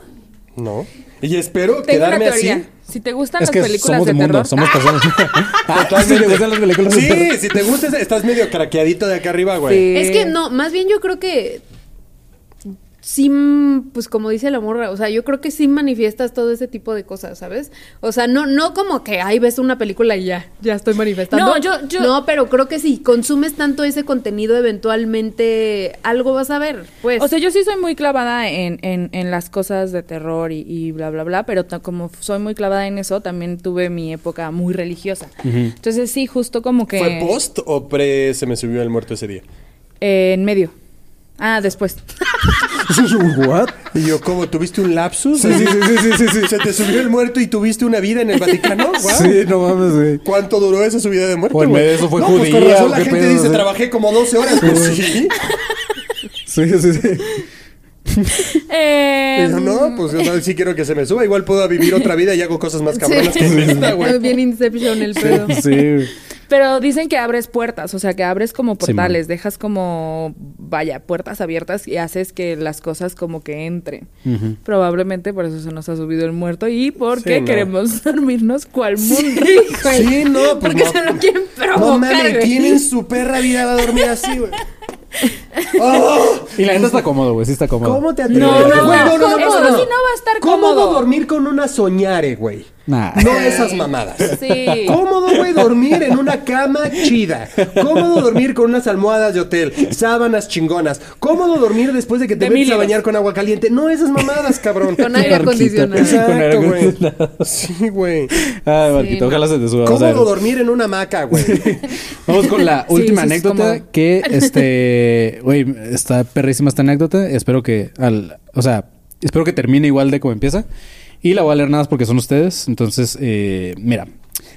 No. Y espero Tengo una quedarme teoría. así. Si te gustan Es las que películas somos de del mundo, terror. somos personas. [laughs] Totalmente. Si te gustan las películas de Sí, terror. si te gusta, estás medio craqueadito de acá arriba, güey. Eh. Es que no, más bien yo creo que sí, mm, pues como dice la morra, o sea, yo creo que sí manifiestas todo ese tipo de cosas, ¿sabes? O sea, no, no como que ahí ves una película y ya, ya estoy manifestando. No, yo- yo- No, pero creo que si consumes tanto ese contenido, eventualmente algo vas a ver, pues. O sea, yo sí soy muy clavada en, en, en las cosas de terror y, y bla, bla, bla, pero ta- como soy muy clavada en eso, también tuve mi época muy religiosa. Entonces sí, justo como que... ¿Fue post o pre se me subió el muerto ese día? Eh, en medio. Ah, después. [laughs] ¿What? Y yo, ¿cómo? ¿Tuviste un lapsus? Sí, sí, sí, sí, sí, sí. ¿Se te subió el muerto y tuviste una vida en el [laughs] Vaticano? Wow. Sí, no mames, güey. ¿Cuánto duró esa subida de muerto, O en güey? medio de eso fue no, pues con judía, razón o la qué gente pedo, dice, sí. trabajé como 12 horas. Pues sí. Sí, sí, sí. Eh, Pero no, pues yo no- sí quiero que se me suba. Igual puedo vivir otra vida y hago cosas más cabronas [laughs] Sí. que esta, güey. Bien Inception el pedo. Sí. Pero dicen que abres puertas, o sea, que abres como portales, Simón. dejas como, vaya, puertas abiertas y haces que las cosas como que entren. Ujú. Probablemente por eso se nos ha subido el muerto y porque Sí, no. queremos [laughs] dormirnos cual mundo. [laughs] güey. Sí, no, pues porque no. se lo quieren provocar. No mames, güey. ¿quién en su perra vida va a dormir así, [laughs] güey? Oh. Y la gente está cómodo, güey. Sí está cómodo. ¿Cómo te atreves? atreves? No, no, Güey, no, eso sí no va a estar cómodo. dormir con una soñare, güey? Nah. No esas mamadas. Sí. Cómodo, güey, dormir en una cama chida. Cómodo dormir con unas almohadas de hotel, sábanas chingonas. Cómodo dormir después de que te De metes mil a libras. bañar con agua caliente. No esas mamadas, cabrón. Con aire Con acondicionado. aire Exacto, güey. acondicionado. [laughs] Sí, güey. Ay, Marquito, ojalá se te suba. vas a ver. Cómodo dormir en una hamaca, güey. Vamos con la Sí, última sí, es anécdota cómodo. que este güey, está perrísima esta anécdota, espero que al o sea, espero que termine igual de como empieza y la voy a leer nada más porque son ustedes, entonces eh, mira,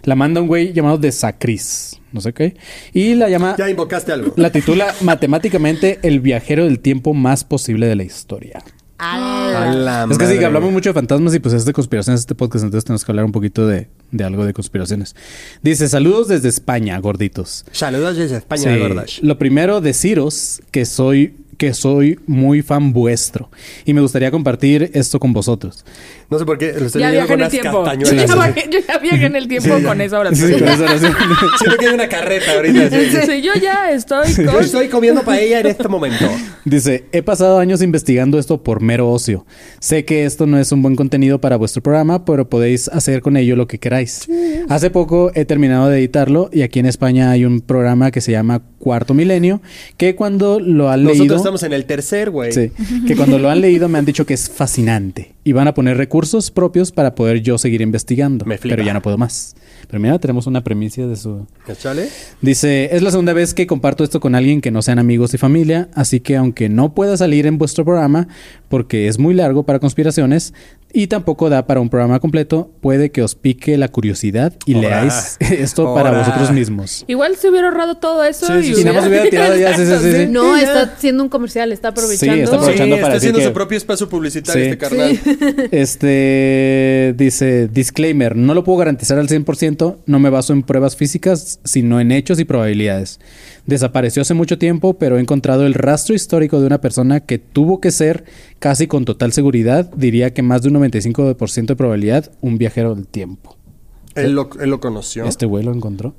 la manda un güey llamado de Sacris, no sé qué, y la llama [laughs] Ya invocaste algo. la titula matemáticamente el viajero del tiempo más posible de la historia. Ah, es que sí, que hablamos mucho de fantasmas y pues es de conspiraciones este podcast, entonces tenemos que hablar un poquito de, de algo de conspiraciones. Dice, saludos desde España, gorditos. Saludos desde España, Sí. gordas. Lo primero, deciros que soy, que soy muy fan vuestro y me gustaría compartir esto con vosotros. No sé por qué, lo estoy Ya leyendo viajé con en el unas tiempo. Yo castañuelas. ya, bajé- yo ya viajé en el tiempo Sí, ya. con esa Sí, oración. con [laughs] esa oración. [laughs] [laughs] Siento que hay una carreta ahorita. sí. Sí, yo ya estoy Yo con... estoy comiendo paella en este momento. Dice, he pasado años investigando esto por mero ocio. Sé que esto no es un buen contenido para vuestro programa, pero podéis hacer con ello lo que queráis. Hace poco he terminado de editarlo y aquí en España hay un programa que se llama Cuarto Milenio, que cuando lo han Nosotros leído... estamos en el tercer, güey. Sí, que cuando lo han leído me han dicho que es fascinante. y van a poner recursos propios para poder yo seguir investigando. Pero ya no puedo más. Pero mira, tenemos una premisa de su... ¿Cachale? Dice, es la segunda vez que comparto esto con alguien que no sean amigos y familia, así que aunque no pueda salir en vuestro programa, porque es muy largo para conspiraciones y tampoco da para un programa completo, puede que os pique la curiosidad y Ora. leáis [laughs] esto para Ora. vosotros mismos. Igual se hubiera ahorrado todo eso Sí, sí, y sí. Y nada más hubiera [laughs] tirado ya, sí, sí, sí, sí. No, Y ya. está haciendo un comercial, está aprovechando. está aprovechando Sí, para está decir haciendo que- su propio espacio publicitario Sí. este carnal. Este dice disclaimer, no lo puedo garantizar al 100%, no me baso en pruebas físicas, sino en hechos y probabilidades. Desapareció hace mucho tiempo, pero he encontrado el rastro histórico de una persona que tuvo que ser casi con total seguridad, diría que más de un 95% de probabilidad, un viajero del tiempo. Él lo, él lo conoció. Este güey lo encontró.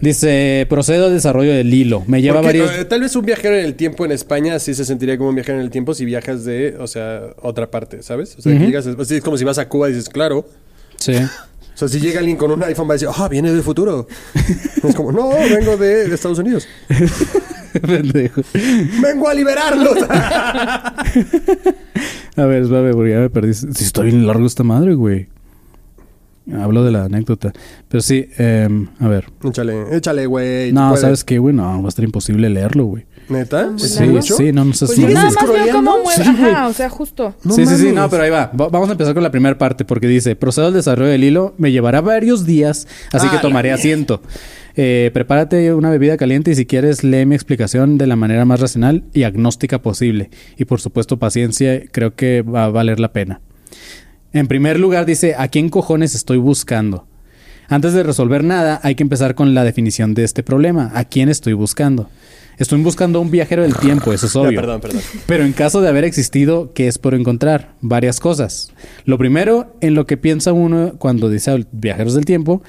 Dice, procedo al desarrollo del hilo. Me lleva Porque, varios eh, tal vez un viajero en el tiempo en España sí se sentiría como un viajero en el tiempo si viajas de, o sea, otra parte, ¿sabes? O sea, Ujú. que llegas, así es como si vas a Cuba y dices, claro. Sí. [laughs] O sea, si llega alguien con un iPhone va a decir, ah, viene del [laughs] futuro. es como, no, vengo de Estados Unidos. Pendejo. Vengo a liberarlos. [laughs] [laughs] A ver, suave, porque ya me perdí. Si estoy bien largo esta madre, güey. Hablo de la anécdota. Pero sí, em, a ver. échale, échale, güey. tú No, puedes. ¿sabes qué, güey? No, va a estar imposible leerlo, güey. ¿Neta? Sí, sí, no, no sé Pues si- yo nada más veo ¿Scrolleando? cómo mueve. Sí, Ajá, o sea, justo. sí, sí, sí, no, pero ahí va. Va- Vamos a empezar con la primera parte porque dice, procedo al desarrollo del hilo, me llevará varios días, así que Ah, tomaré la asiento. Eh, prepárate una bebida caliente y si quieres lee mi explicación de la manera más racional y agnóstica posible. Y por supuesto paciencia, creo que va a valer la pena. En primer lugar dice, ¿a quién cojones estoy buscando? Antes de resolver nada, hay que empezar con la definición de este problema. ¿A quién estoy buscando? Estoy buscando a un viajero del tiempo, eso es Ya, obvio. perdón, perdón. Pero en caso de haber existido, ¿qué es por encontrar? Varias cosas. Lo primero, en lo que piensa uno cuando dice viajeros del tiempo,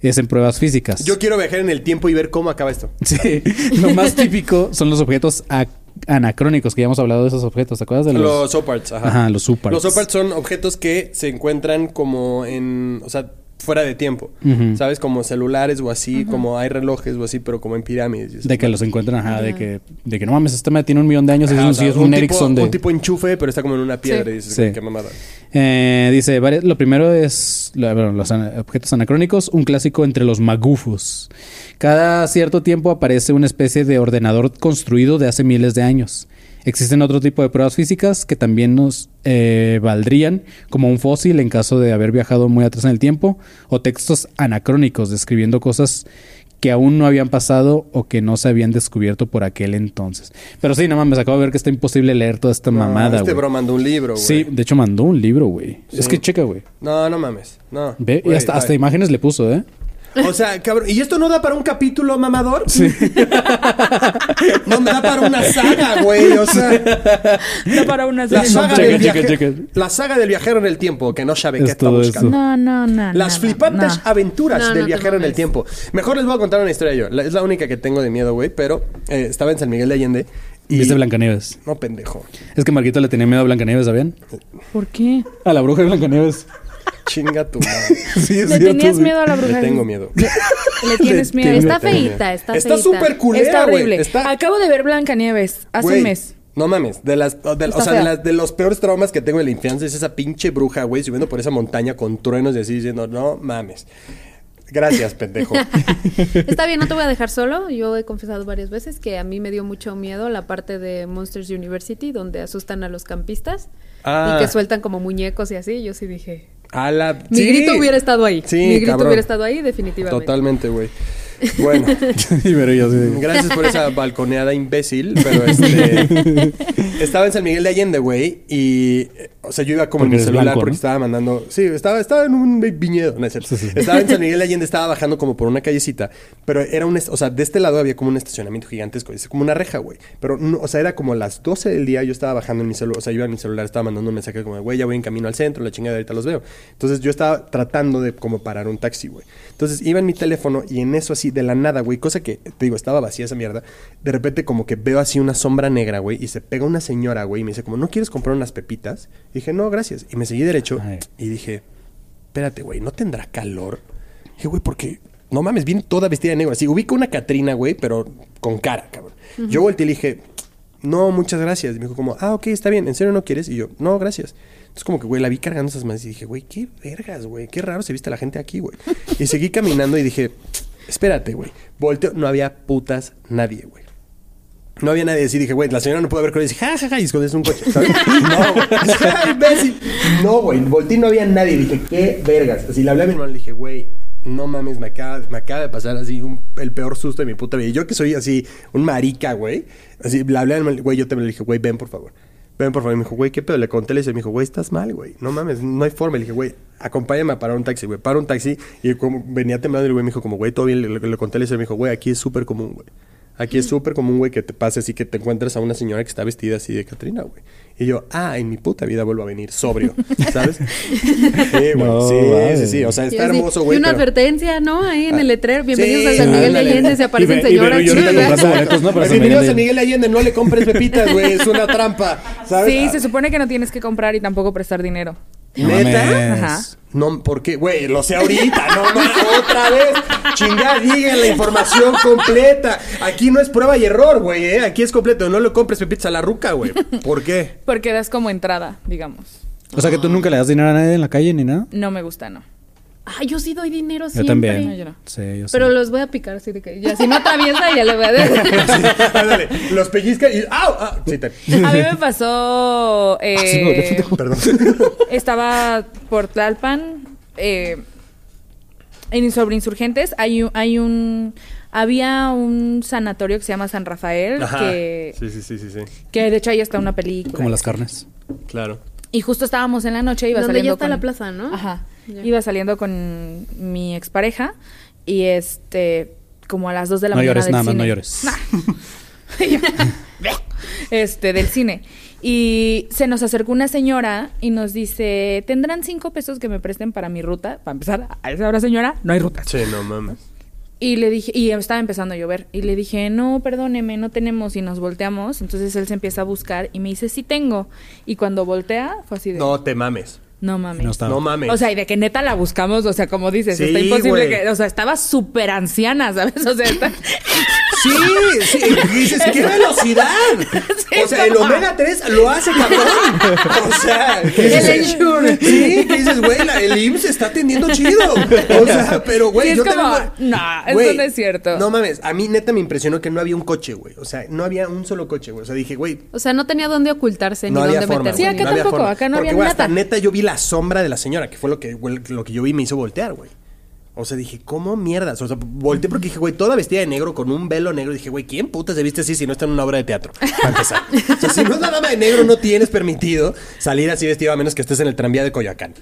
es en pruebas físicas. Yo quiero viajar en el tiempo y ver cómo acaba esto. [laughs] Sí, lo más típico son los objetos a- anacrónicos, que ya hemos hablado de esos objetos, ¿te acuerdas de los? Los soparts, ajá. Ajá, los soparts. Los soparts son objetos que se encuentran como en, o sea, fuera de tiempo. Ujú. ¿Sabes? Como celulares o así, como hay relojes o así, pero como en pirámides. y eso. De que los encuentran, ajá, de que, de que no mames, este tema tiene un millón de años, Ajá, es, un, o sea, sí, es un, tipo- Ericsson de... Un tipo enchufe, pero está como en una piedra y dices, Sí. qué mamada. Eh, dice, varias- lo primero es la- bueno, los ana- objetos anacrónicos, un clásico entre los magufos. Cada cierto tiempo aparece una especie de ordenador construido de hace miles de años. Existen otro tipo de pruebas físicas que también nos eh, valdrían, como un fósil en caso de haber viajado muy atrás en el tiempo, o textos anacrónicos describiendo cosas que aún no habían pasado o que no se habían descubierto por aquel entonces. Pero sí, no mames, acabo de ver que está imposible leer toda esta mamada. este güey. bro mandó un libro, güey. Sí, de hecho mandó un libro, güey. Es Sí. que checa, güey. No, no mames. No. Ve, y Güey, hasta, hasta bye. imágenes le puso, ¿eh? O sea, cabrón. ¿Y esto no da para un capítulo mamador? Sí. no me da para una saga, güey. O sea. No para una La serie. saga, Checa, del checa, viaje- checa. la saga del viajero en el tiempo, que no sabe Es qué está todo buscando. No, no, no. Las no, flipantes no. aventuras No, del no te viajero en el mames. tiempo. Mejor les voy a contar una historia yo. La- es la única que tengo de miedo, güey, pero eh, estaba en San Miguel de Allende. Y... [laughs] Viste Blancanieves. No, pendejo. Es que Marquito le tenía miedo a Blancanieves, ¿sabían? ¿Por qué? A la bruja de Blancanieves. Chinga tu madre. [laughs] [laughs] Sí, ¿Le tenías [laughs] miedo a la Le bruja? Eh, tengo miedo. Le tienes miedo. tengo- Está le tengo feíta, miedo. está Está feíta. súper culera, Está güey. horrible. Está- Acabo de ver Blancanieves hace Güey, un mes. No mames, de las, de, o Está sea, de, fea. las- de los peores traumas que tengo de la infancia es esa pinche bruja, güey, subiendo por esa montaña con truenos y así diciendo, no mames. Gracias, [laughs] pendejo. [laughs] Está bien, no te voy a dejar solo. Yo he confesado varias veces que a mí me dio mucho miedo la parte de Monsters University donde asustan a los campistas Ah. y que sueltan como muñecos y así. Yo sí dije, A la... mi Sí. grito hubiera estado ahí. Sí, mi grito cabrón. hubiera estado ahí definitivamente. Totalmente, [laughs] güey. Bueno, Pero yo sí. gracias por esa balconeada imbécil, pero [laughs] este, estaba en San Miguel de Allende, güey, y eh, o sea, yo iba Porque como en mi eres celular blanco, porque ¿no? estaba mandando, sí, estaba estaba en un vi- viñedo, no es cierto. Estaba en San Miguel de Allende, estaba bajando como por una callecita, pero era un, est- o sea, de este lado había como un estacionamiento gigantesco, es como una reja, güey, pero no, o sea, era como las 12 del día, yo estaba bajando en mi celular, o sea, yo iba en mi celular, estaba mandando un mensaje como, de, güey, ya voy en camino al centro, la chingada ahorita los veo. Entonces yo estaba tratando de como parar un taxi, güey. Entonces iba en mi teléfono y en eso así, de la nada, güey, cosa que, te digo, estaba vacía esa mierda, de repente como que veo así una sombra negra, güey, y se pega una señora, güey, y me dice como, ¿no quieres comprar unas pepitas? Y dije, no, gracias. Y me seguí derecho y dije, espérate, güey, ¿no tendrá calor? Dije, güey, porque, no mames, viene toda vestida de negro, así, ubico una Catrina, güey, pero con cara, cabrón. Yo volteé y le dije, no, muchas gracias. Y me dijo como, ah, ok, está bien, ¿en serio no quieres? Y yo, no, gracias. Entonces como que, güey, la vi cargando esas más y dije, güey, qué vergas, güey, qué raro se viste la gente aquí, güey. Y seguí caminando y dije, espérate, güey. Volteo, no había putas nadie, güey. No había nadie así. Dije, güey, la señora no puede haber con dice, ja, ja, ja, y escondes un coche. [laughs] ¿sabes? no, güey. ¡Ay, imbécil! No, güey. Volteé y no había nadie. Dije, qué vergas. Así le hablé a mi hermano le dije, güey, no mames, me acaba, me acaba de pasar así un- el peor susto de mi puta vida. Y yo que soy así, un marica, güey. Así le hablé a mi hermano, güey, yo te le dije, güey, ven por favor. Ven, por favor. Y me dijo, güey, ¿qué pedo? Le conté, le hice. Me dijo, güey, estás mal, güey. No mames, no hay forma. Le dije, güey, acompáñame a parar un taxi, güey. Para un taxi. Y como venía temblando, el güey me dijo, como, güey, todo bien. Le, le- le conté, le hice. Me dijo, güey, aquí es súper común, güey. Aquí es súper común, güey, que te pase así que te encuentres a una señora que está vestida así de Catrina, güey. Y yo, ah, en mi puta vida vuelvo a venir sobrio, [laughs] ¿sabes? sí, güey. No, sí, vale. sí, sí. O sea, Yo está así, hermoso, güey. Y una pero- Ah. advertencia, ¿no? Ahí en el letrero. Bienvenidos Sí, a San Miguel de ándale. Allende. Se aparecen Y ve- y ve- señoras. y ahorita Sí, [laughs] comprando ¿verdad? boletos, ¿no? Para San Bienvenidos Miguel de a Miguel Allende. No le compres pepitas, güey. Es una trampa. ¿sabes? Sí, se supone que no tienes que comprar y tampoco prestar dinero. ¿Neta? Ajá. No, ¿por qué? Güey, lo sé ahorita, no mames, otra vez. Chingada, digan la información completa. Aquí no es prueba y error, güey, ¿eh? Aquí es completo. No le compres pepitas a la ruca, güey. ¿Por [laughs] qué? Porque das como entrada, digamos. O sea que tú nunca le das dinero a nadie en la calle ni nada. No me gusta, no. Ah, yo sí doy dinero Yo siempre. también. Sí, yo sí. [laughs] Pero los voy a picar así de que ya si no atraviesa ya le voy a dar. Ándale, los pellizca y. ¡Au! Ah, [laughs] sí, te- A mí me [laughs] pasó. Ah, eh, sí, no, qué pendejo. Perdón. estaba por Tlalpan. eh, en sobre insurgentes hay un, hay un había un sanatorio que se llama San Rafael Ajá. que, Sí, sí, sí, sí, sí. que de hecho ahí está una [laughs] película. Como las carnes. Claro. Y justo estábamos en la noche, iba Donde ya saliendo está con... la plaza, ¿no? Ajá. Iba saliendo con mi expareja y este como a las 2 de la No mañana llores, del nada más, cine. no llores. Nah. Y yo, [laughs] este del cine. Y se nos acercó una señora y nos dice, "¿Tendrán cinco pesos que me presten para mi ruta?" Para empezar, a esa hora, señora, no hay ruta. Sí, no mames. y le dije, y estaba empezando a llover, y le dije, no, perdóneme, no tenemos, y nos volteamos. Entonces él se empieza a buscar y me dice, sí tengo. Y cuando voltea, fue así de, no, No te mames. mames. No estaba. No mames. O sea, y de que neta la buscamos, o sea, como dices, Sí, está imposible güey. que, o sea, estaba súper anciana, ¿sabes? O sea, está- [laughs] Sí, sí. Y dices, [laughs] ¡qué velocidad! o sea, el "Ah, omega 3 lo hace, cabrón. O sea, ¿qué El dices? Ensure. Sí, ¿qué dices, güey? La- El IMSS está atendiendo chido. O sea, pero, güey, Sí, es yo como, también- "Nah, esto Güey, no es cierto". No mames, a mí neta me impresionó que no había un coche, güey. O sea, no había un solo coche, güey. O sea, dije, güey, O sea, no tenía dónde ocultarse no ni había dónde forma. meterse. güey, no había forma. Porque, güey, hasta nada. neta yo vi la sombra de la señora, que fue lo que, güey, lo que yo vi y me hizo voltear, güey. O sea, dije, ¿cómo mierdas? O sea, volteé porque dije, güey, toda vestida de negro con un velo negro. Dije, güey, ¿quién puta se viste así si no está en una obra de teatro? Para [laughs] empezar. O sea, si no es la dama de negro, no tienes permitido salir así vestido a menos que estés en el tranvía de [laughs] Coyoacán.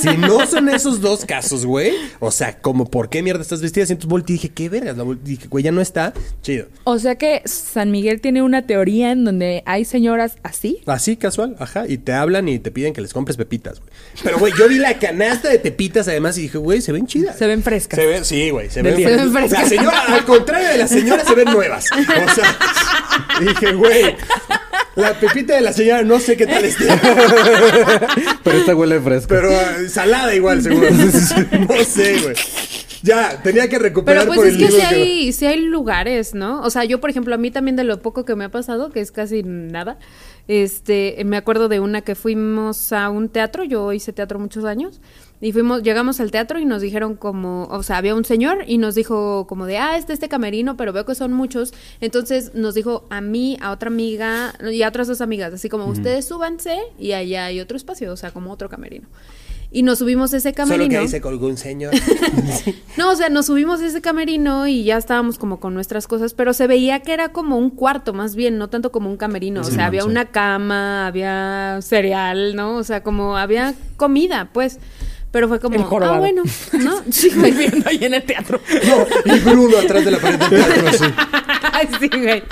Si no son esos dos casos, güey. O sea, como, ¿por qué mierda estás vestida así? Entonces volteé y dije, ¿qué vergas? La vol- dije, güey, ya no está. Chido. O sea que San Miguel tiene una teoría en donde hay señoras así. Así casual, ajá. Y te hablan y te piden que les compres pepitas, güey. Pero, güey, yo vi la canasta de pepitas además y dije, güey, se ven chidas. Se ven frescas. [laughs] Se ven, sí, güey, se Del ven día. frescas. Se ven frescas. La señora, al contrario de la señora, se ven nuevas. O sea, dije, güey, la pepita de la señora no sé qué tal esté. [laughs] Pero esta huele fresca. Pero ah, salada igual, [laughs] seguro. No sé, güey. Ya, tenía que recuperar Pero pues por es el que libro sí hay, sí hay lugares, ¿no? O sea, yo, por ejemplo, a mí también de lo poco que me ha pasado, que es casi nada, este, me acuerdo de una que fuimos a un teatro, yo hice teatro muchos años, y fuimos, llegamos al teatro y nos dijeron como, o sea, había un señor y nos dijo como de, ah, este, este camerino, pero veo que son muchos, entonces nos dijo a mí, a otra amiga y a otras dos amigas, así como, Ujú. ustedes súbanse y allá hay otro espacio, o sea, como otro camerino. Y nos subimos a ese camerino. Solo que ahí se colgó un señor. [laughs] No, o sea, nos subimos a ese camerino y ya estábamos como con nuestras cosas, pero se veía que era como un cuarto más bien, no tanto como un camerino. O Sí, sea, man, había sí. una cama, había cereal, ¿no? O sea, como había comida, pues. Pero fue como, El ah, jorobado. bueno, [laughs] ¿no? Sí, güey. viendo ahí en el teatro. No, y Bruno atrás de la pared del teatro, así. [laughs] Ay, sí, güey.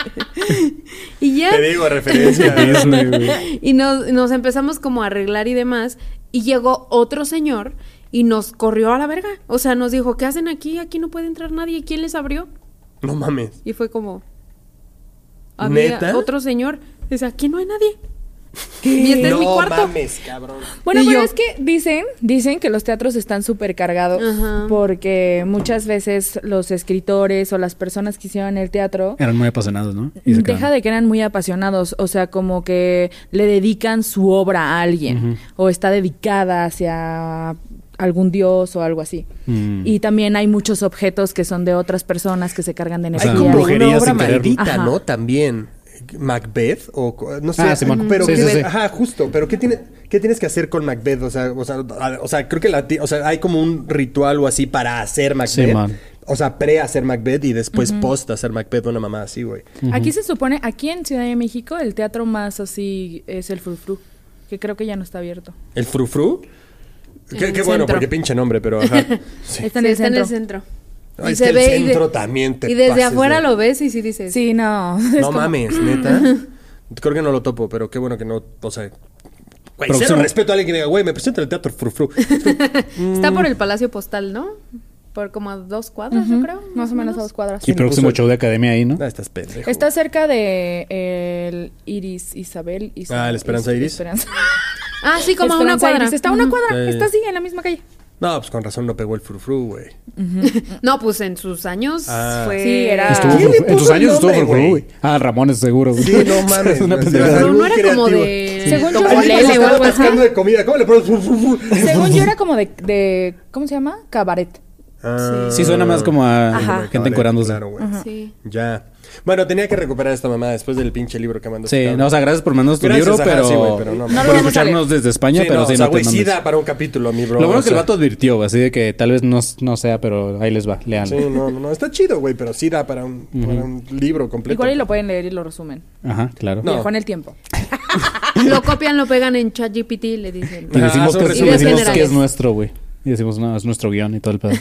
Y ya. Te digo, referencia. [laughs] y nos, nos empezamos como a arreglar y demás. Y llegó otro señor y nos corrió a la verga. O sea, nos dijo, ¿qué hacen aquí? Aquí no puede entrar nadie. ¿Quién les abrió? No mames. Y fue como... Había ¿Neta? otro señor. Dice, aquí no hay nadie. Y este es mi cuarto. mames, cabrón. Bueno, Y pero yo- es que dicen, dicen que los teatros están súper cargados porque muchas veces los escritores o las personas que hicieron el teatro Eran muy apasionados, ¿no? Y se deja de que eran muy apasionados, o sea, como que le dedican su obra a alguien o está dedicada hacia algún dios o algo así. Mm. Y también hay muchos objetos que son de otras personas que se cargan de Hay energía. como una obra maldita, Ajá. ¿no? También. Macbeth o co- no sé, Ah, Simón. pero Sí, ¿qué- sí, sí. ajá, justo, pero qué tiene qué tienes que hacer con Macbeth, o sea, o sea, a- o sea, creo que la ti- o sea, hay como un ritual o así para hacer Macbeth. man. o sea, pre hacer Macbeth y después Ujú. post hacer Macbeth, una mamá así, güey. Aquí se supone, aquí en Ciudad de México, el teatro más así es el Frufru, que creo que ya no está abierto. el frufru. En Qué, el qué bueno, centro. porque pinche nombre, pero [laughs] ajá. Sí. Está en el está en el centro. centro. Ay, Y es se que el ve y de- centro también te Y desde pases afuera de- lo ves y sí dices. Sí, [laughs] no. No mames, neta. Creo que no lo topo, pero qué bueno que no, o sea, güey, cero Próximo. respeto a alguien que diga, güey, me presento en el teatro frufru. Está Mm. por el Palacio Postal, ¿no? Por como a dos cuadras, yo creo. Más o menos a dos cuadras. Y próximo show de academia ahí, ¿no? estás pendejo. Está cerca de el Iris Isabel. Is- Ah, ¿la Esperanza Iris? Esperanza. [laughs] Ah, sí, como a Esperanza una cuadra. Iris. Está a una Ujú. cuadra, Ya, ya, está ya. así en la misma calle. No, pues con razón no pegó el frufru, güey. no, pues en sus años Ah. fue. Sí, era- Estuvo ¿Quién le fru- en puso sus el años estuvo nombre, fru- güey? uy. Ah, Ramones, seguro. güey. Sí, no [laughs] mames. Es una güey. pendejada. Pero no era como de- Sí. Según yo, Alguien Olele se o estaba algo así. atascando de comida. ¿Cómo le pones frufru? Según yo era como de, de- ¿cómo se llama? Cabaret. [laughs] Ah. Sí, suena más como a Ajá. gente encurándose. Claro, güey. Ajá. Sí. Ya. Bueno, tenía que recuperar esta mamá después del pinche libro que mandó. Sí, no, o sea, gracias por mandarnos tu libro, pero- No lo por Por vamos a escucharnos leer. desde España, pero sí, o sea, no te güey, sí mames. da para un capítulo, mi bro. Lo bueno es que el o sea. vato advirtió, así de que tal vez no, no sea, pero ahí les va, lean. Sí, no, no, no, está chido, güey, pero sí da para un, Ujú. para un libro completo. Igual y lo pueden leer y lo resumen. Ajá, claro. Viajó en el tiempo. Lo copian, lo pegan en ChatGPT y le dicen. Y decimos, Ah, que, son y decimos generales. que es nuestro, güey. Y decimos, no, es nuestro guión y todo [laughs] el pedo.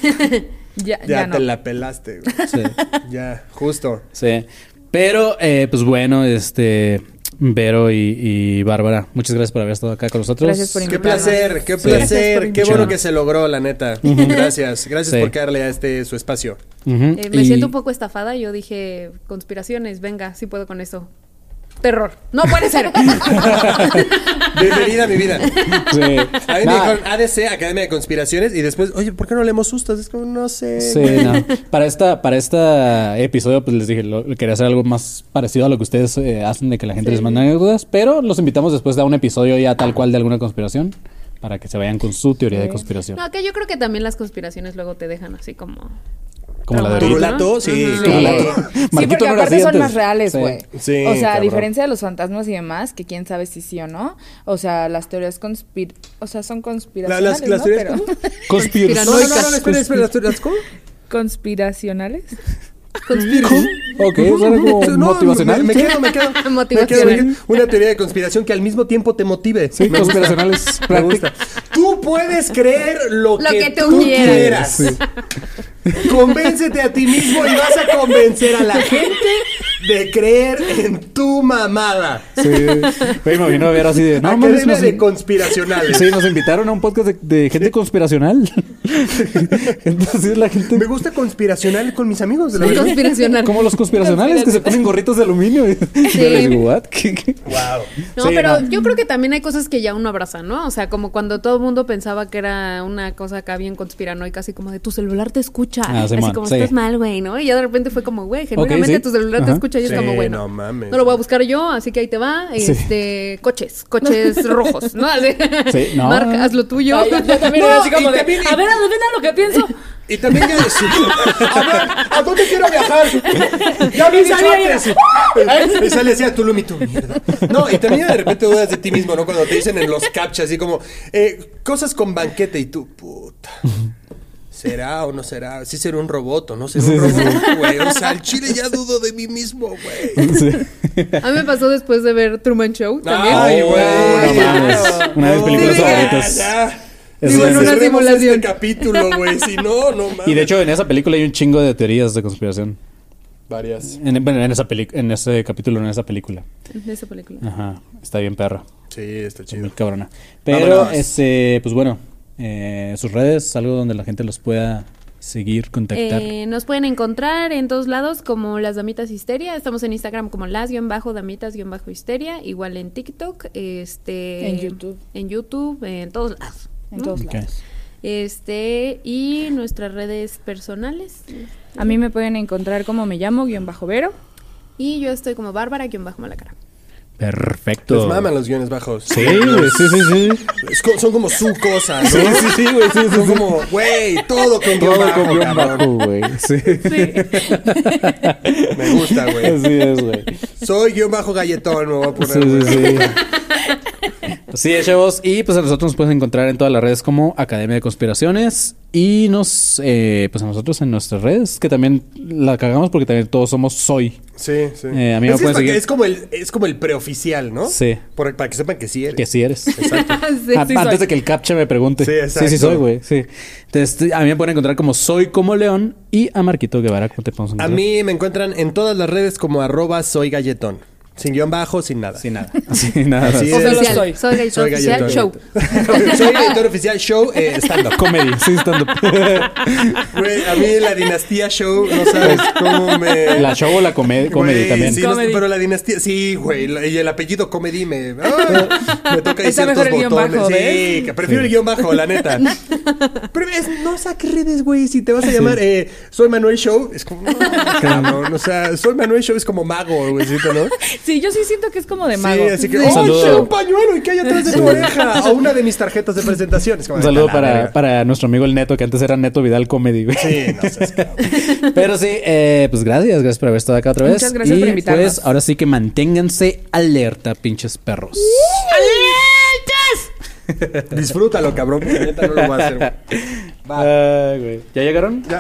Ya, [laughs] Ya, ya te no. la pelaste, güey. Ya, justo. Sí. Pero, eh, pues bueno, este. Vero y, y Bárbara, muchas gracias por haber estado acá con nosotros. Gracias por Qué invitarnos. placer, qué Sí. placer, Gracias por qué bueno invitarnos. que se logró, la neta. Gracias, gracias Sí. por darle a este su espacio. Mm, Ujú. Eh, me Y- siento un poco estafada. Yo dije, conspiraciones, venga, sí puedo con eso. Terror. No puede [laughs] ser. Bienvenida a mi vida. [laughs] Sí. A mí me Nah, dijeron ADC, Academia de Conspiraciones, y después, oye, ¿por qué no leemos sustas? Es como, no sé. [laughs] Sí, güey. no. Para esta, para este episodio, pues les dije, lo- quería hacer algo más parecido a lo que ustedes eh, hacen de que la gente les manda dudas, pero los invitamos después a un episodio ya tal cual de alguna conspiración, para que se vayan con su teoría de conspiración. No, que yo creo que también las conspiraciones luego te dejan así como. Como la de ahorita. Turulato, sí. Sí. turulato. Sí, Marquito porque no era así aparte son antes. más reales, Sí. güey. Sí, o sea, a cabrón. diferencia de los fantasmas y demás, que quién sabe si sí o no. O sea, las teorías conspir... O sea, son La- conspiracionales, las, las teorías. ¿no? Pero- Conspiraciones. No, no, no, no, espera, espera, las teorías. ¿Cómo? [laughs] ¿Conspiracionales? Ok, eso era como motivacional. Me, me quedo, me quedo. me quedo, me quedo. Una teoría de conspiración que al mismo tiempo te motive. Sí, Me gusta, conspiracionales. Me gusta. Tú puedes creer lo, Lo que, que tú tú quieras. quieras. Convéncete a ti mismo y vas a convencer a la gente de creer en tu mamada. Sí. Güey, me vino a ver así de. No, mames, Academia nos, de conspiracionales. sí, nos invitaron a un podcast de, de gente conspiracional. [laughs] Entonces la gente. Me gusta conspiracional con mis amigos, la verdad. Conspiracional. Como los conspiracionales que se ponen gorritos de aluminio. Y yo les digo, ¿what? ¿Qué- qué? No, Sí, pero no. yo creo que también hay cosas que ya uno abraza, ¿no? O sea, como cuando todo el mundo pensaba que era una cosa acá bien conspiranoica, así como de tu celular te escucha, Ah, así Simón, como sí. estás mal, güey, ¿no? Y ya de repente fue como, güey, genuinamente sí. tu celular te Ajá. escucha y es Sí, como, bueno, no mames. no lo voy a buscar yo, así que ahí te va, Sí. este, coches, [laughs] coches rojos, ¿no? Así, Sí, no. marca, hazlo tuyo. Ay, yo- [laughs] yo [laughs] también No, era así como y de, también- a ver, adivina lo que pienso. Y también ya decir, [laughs] a ver, ¿a dónde quiero viajar? Ya me he dicho salía antes. Y sale así a Tulum y tú, mierda. No, y también de repente dudas de ti mismo, ¿no? Cuando te dicen en los captchas así como, eh, cosas con banquete y tú, puta. ¿Será o no será? Sí será un robot o no será un robot, güey. O sea, al chile ya dudo de mí mismo, güey. A mí me pasó después de ver Truman Show también. Ay, no mames. güey. Una de mis películas Ya, favoritas. ya. Es Digo, en buena. una Cerremos simulación. este Este capítulo, güey. Si no, no [laughs] mames. Y de hecho, en esa película hay un chingo de teorías de conspiración. Varias. En, bueno, en, esa peli- en ese capítulo, en esa película. De esa película. Ajá. Está bien, perra. Sí, está Está chido. muy cabrona. Pero, Vámonos. este, pues bueno, eh, sus redes, algo donde la gente los pueda seguir, contactar. Eh, nos pueden encontrar en todos lados como las damitas histeria. Estamos en Instagram como las guión bajo damitas guión bajo histeria. Igual en TikTok, este, En YouTube. en YouTube, en todos lados. En ¿no? todos Ok. lados. Este y nuestras redes personales. A mí me pueden encontrar como me llamo, guión bajo Vero. Y yo estoy como Bárbara guión bajo Malacara. Perfecto. Les maman los guiones bajos. Sí, güey, sí, sí, sí. Es co- son como su cosa, ¿no? Sí, sí, sí, güey, sí, sí, Son sí. como, güey, todo con guión Todo bajo, con guión cabrón. bajo, güey. Sí. Me gusta, güey. Así es, güey. Soy guión bajo galletón, me voy a poner. Sí, sí, güey. sí. [laughs] Así es, chavos. Y pues a nosotros nos puedes encontrar en todas las redes como Academia de Conspiraciones. Y nos, eh, pues a nosotros en nuestras redes, que también la cagamos porque también todos somos Soy. Sí, sí. Eh, a mí me es, que pueden es para que- seguir. es como el, es como el preoficial, ¿no? Sí. Por- para que sepan que sí eres. Que sí eres. Ah, Sí, A- sí Ah, antes soy. de que el captcha me pregunte. Sí, Sí, exacto. sí, soy, güey. Sí. Entonces, a mí me pueden encontrar como Soy como León y a Marquito Guevara, ¿cómo te podemos A encontrar? mí me encuentran en todas las redes como arroba soy galletón. Sin guión bajo, sin nada. Sin nada. Así, nada. más. Así es. Oficial. Soy. Soy galletón oficial, [laughs] soy galletón oficial show, eh, stand-up. Comedy, sí, [laughs] stand-up. Güey, a mí la dinastía show, no sabes cómo me... La show o la comedia, comedy Güey, también. sí, no sé, pero la dinastía, sí, güey. la- Y el apellido comedy me, [laughs] ah, me toca ahí Está ciertos mejor el guión botones. bajo, sí, ¿ves? que prefiero Sí. el guión bajo, [laughs] la neta. Pero es, no saques redes, güey. Si te vas a llamar eh, Soy Manuel Show, es [laughs] como, no, cabrón, O sea, Soy Manuel Show es como mago, güeycito, ¿no? Sí, yo sí siento que es como de mago. Sí, así que, Sí. ¡oh, che, un pañuelo! ¿Y qué hay atrás de tu oreja? O una de mis tarjetas Pues, de presentación. Es como, Un saludo "Vete a la verga". para, para nuestro amigo el Neto, que antes era Neto Vidal Comedy, güey. Sí, [laughs] no Pero sí, eh, pues gracias, gracias por haber estado acá otra vez. Muchas gracias y por invitarnos. Pues ahora sí que manténganse alerta, pinches perros. Disfrútalo, cabrón. porque neta no lo voy a hacer, güey. [laughs] Ay, güey. ¿Ya llegaron? Ya.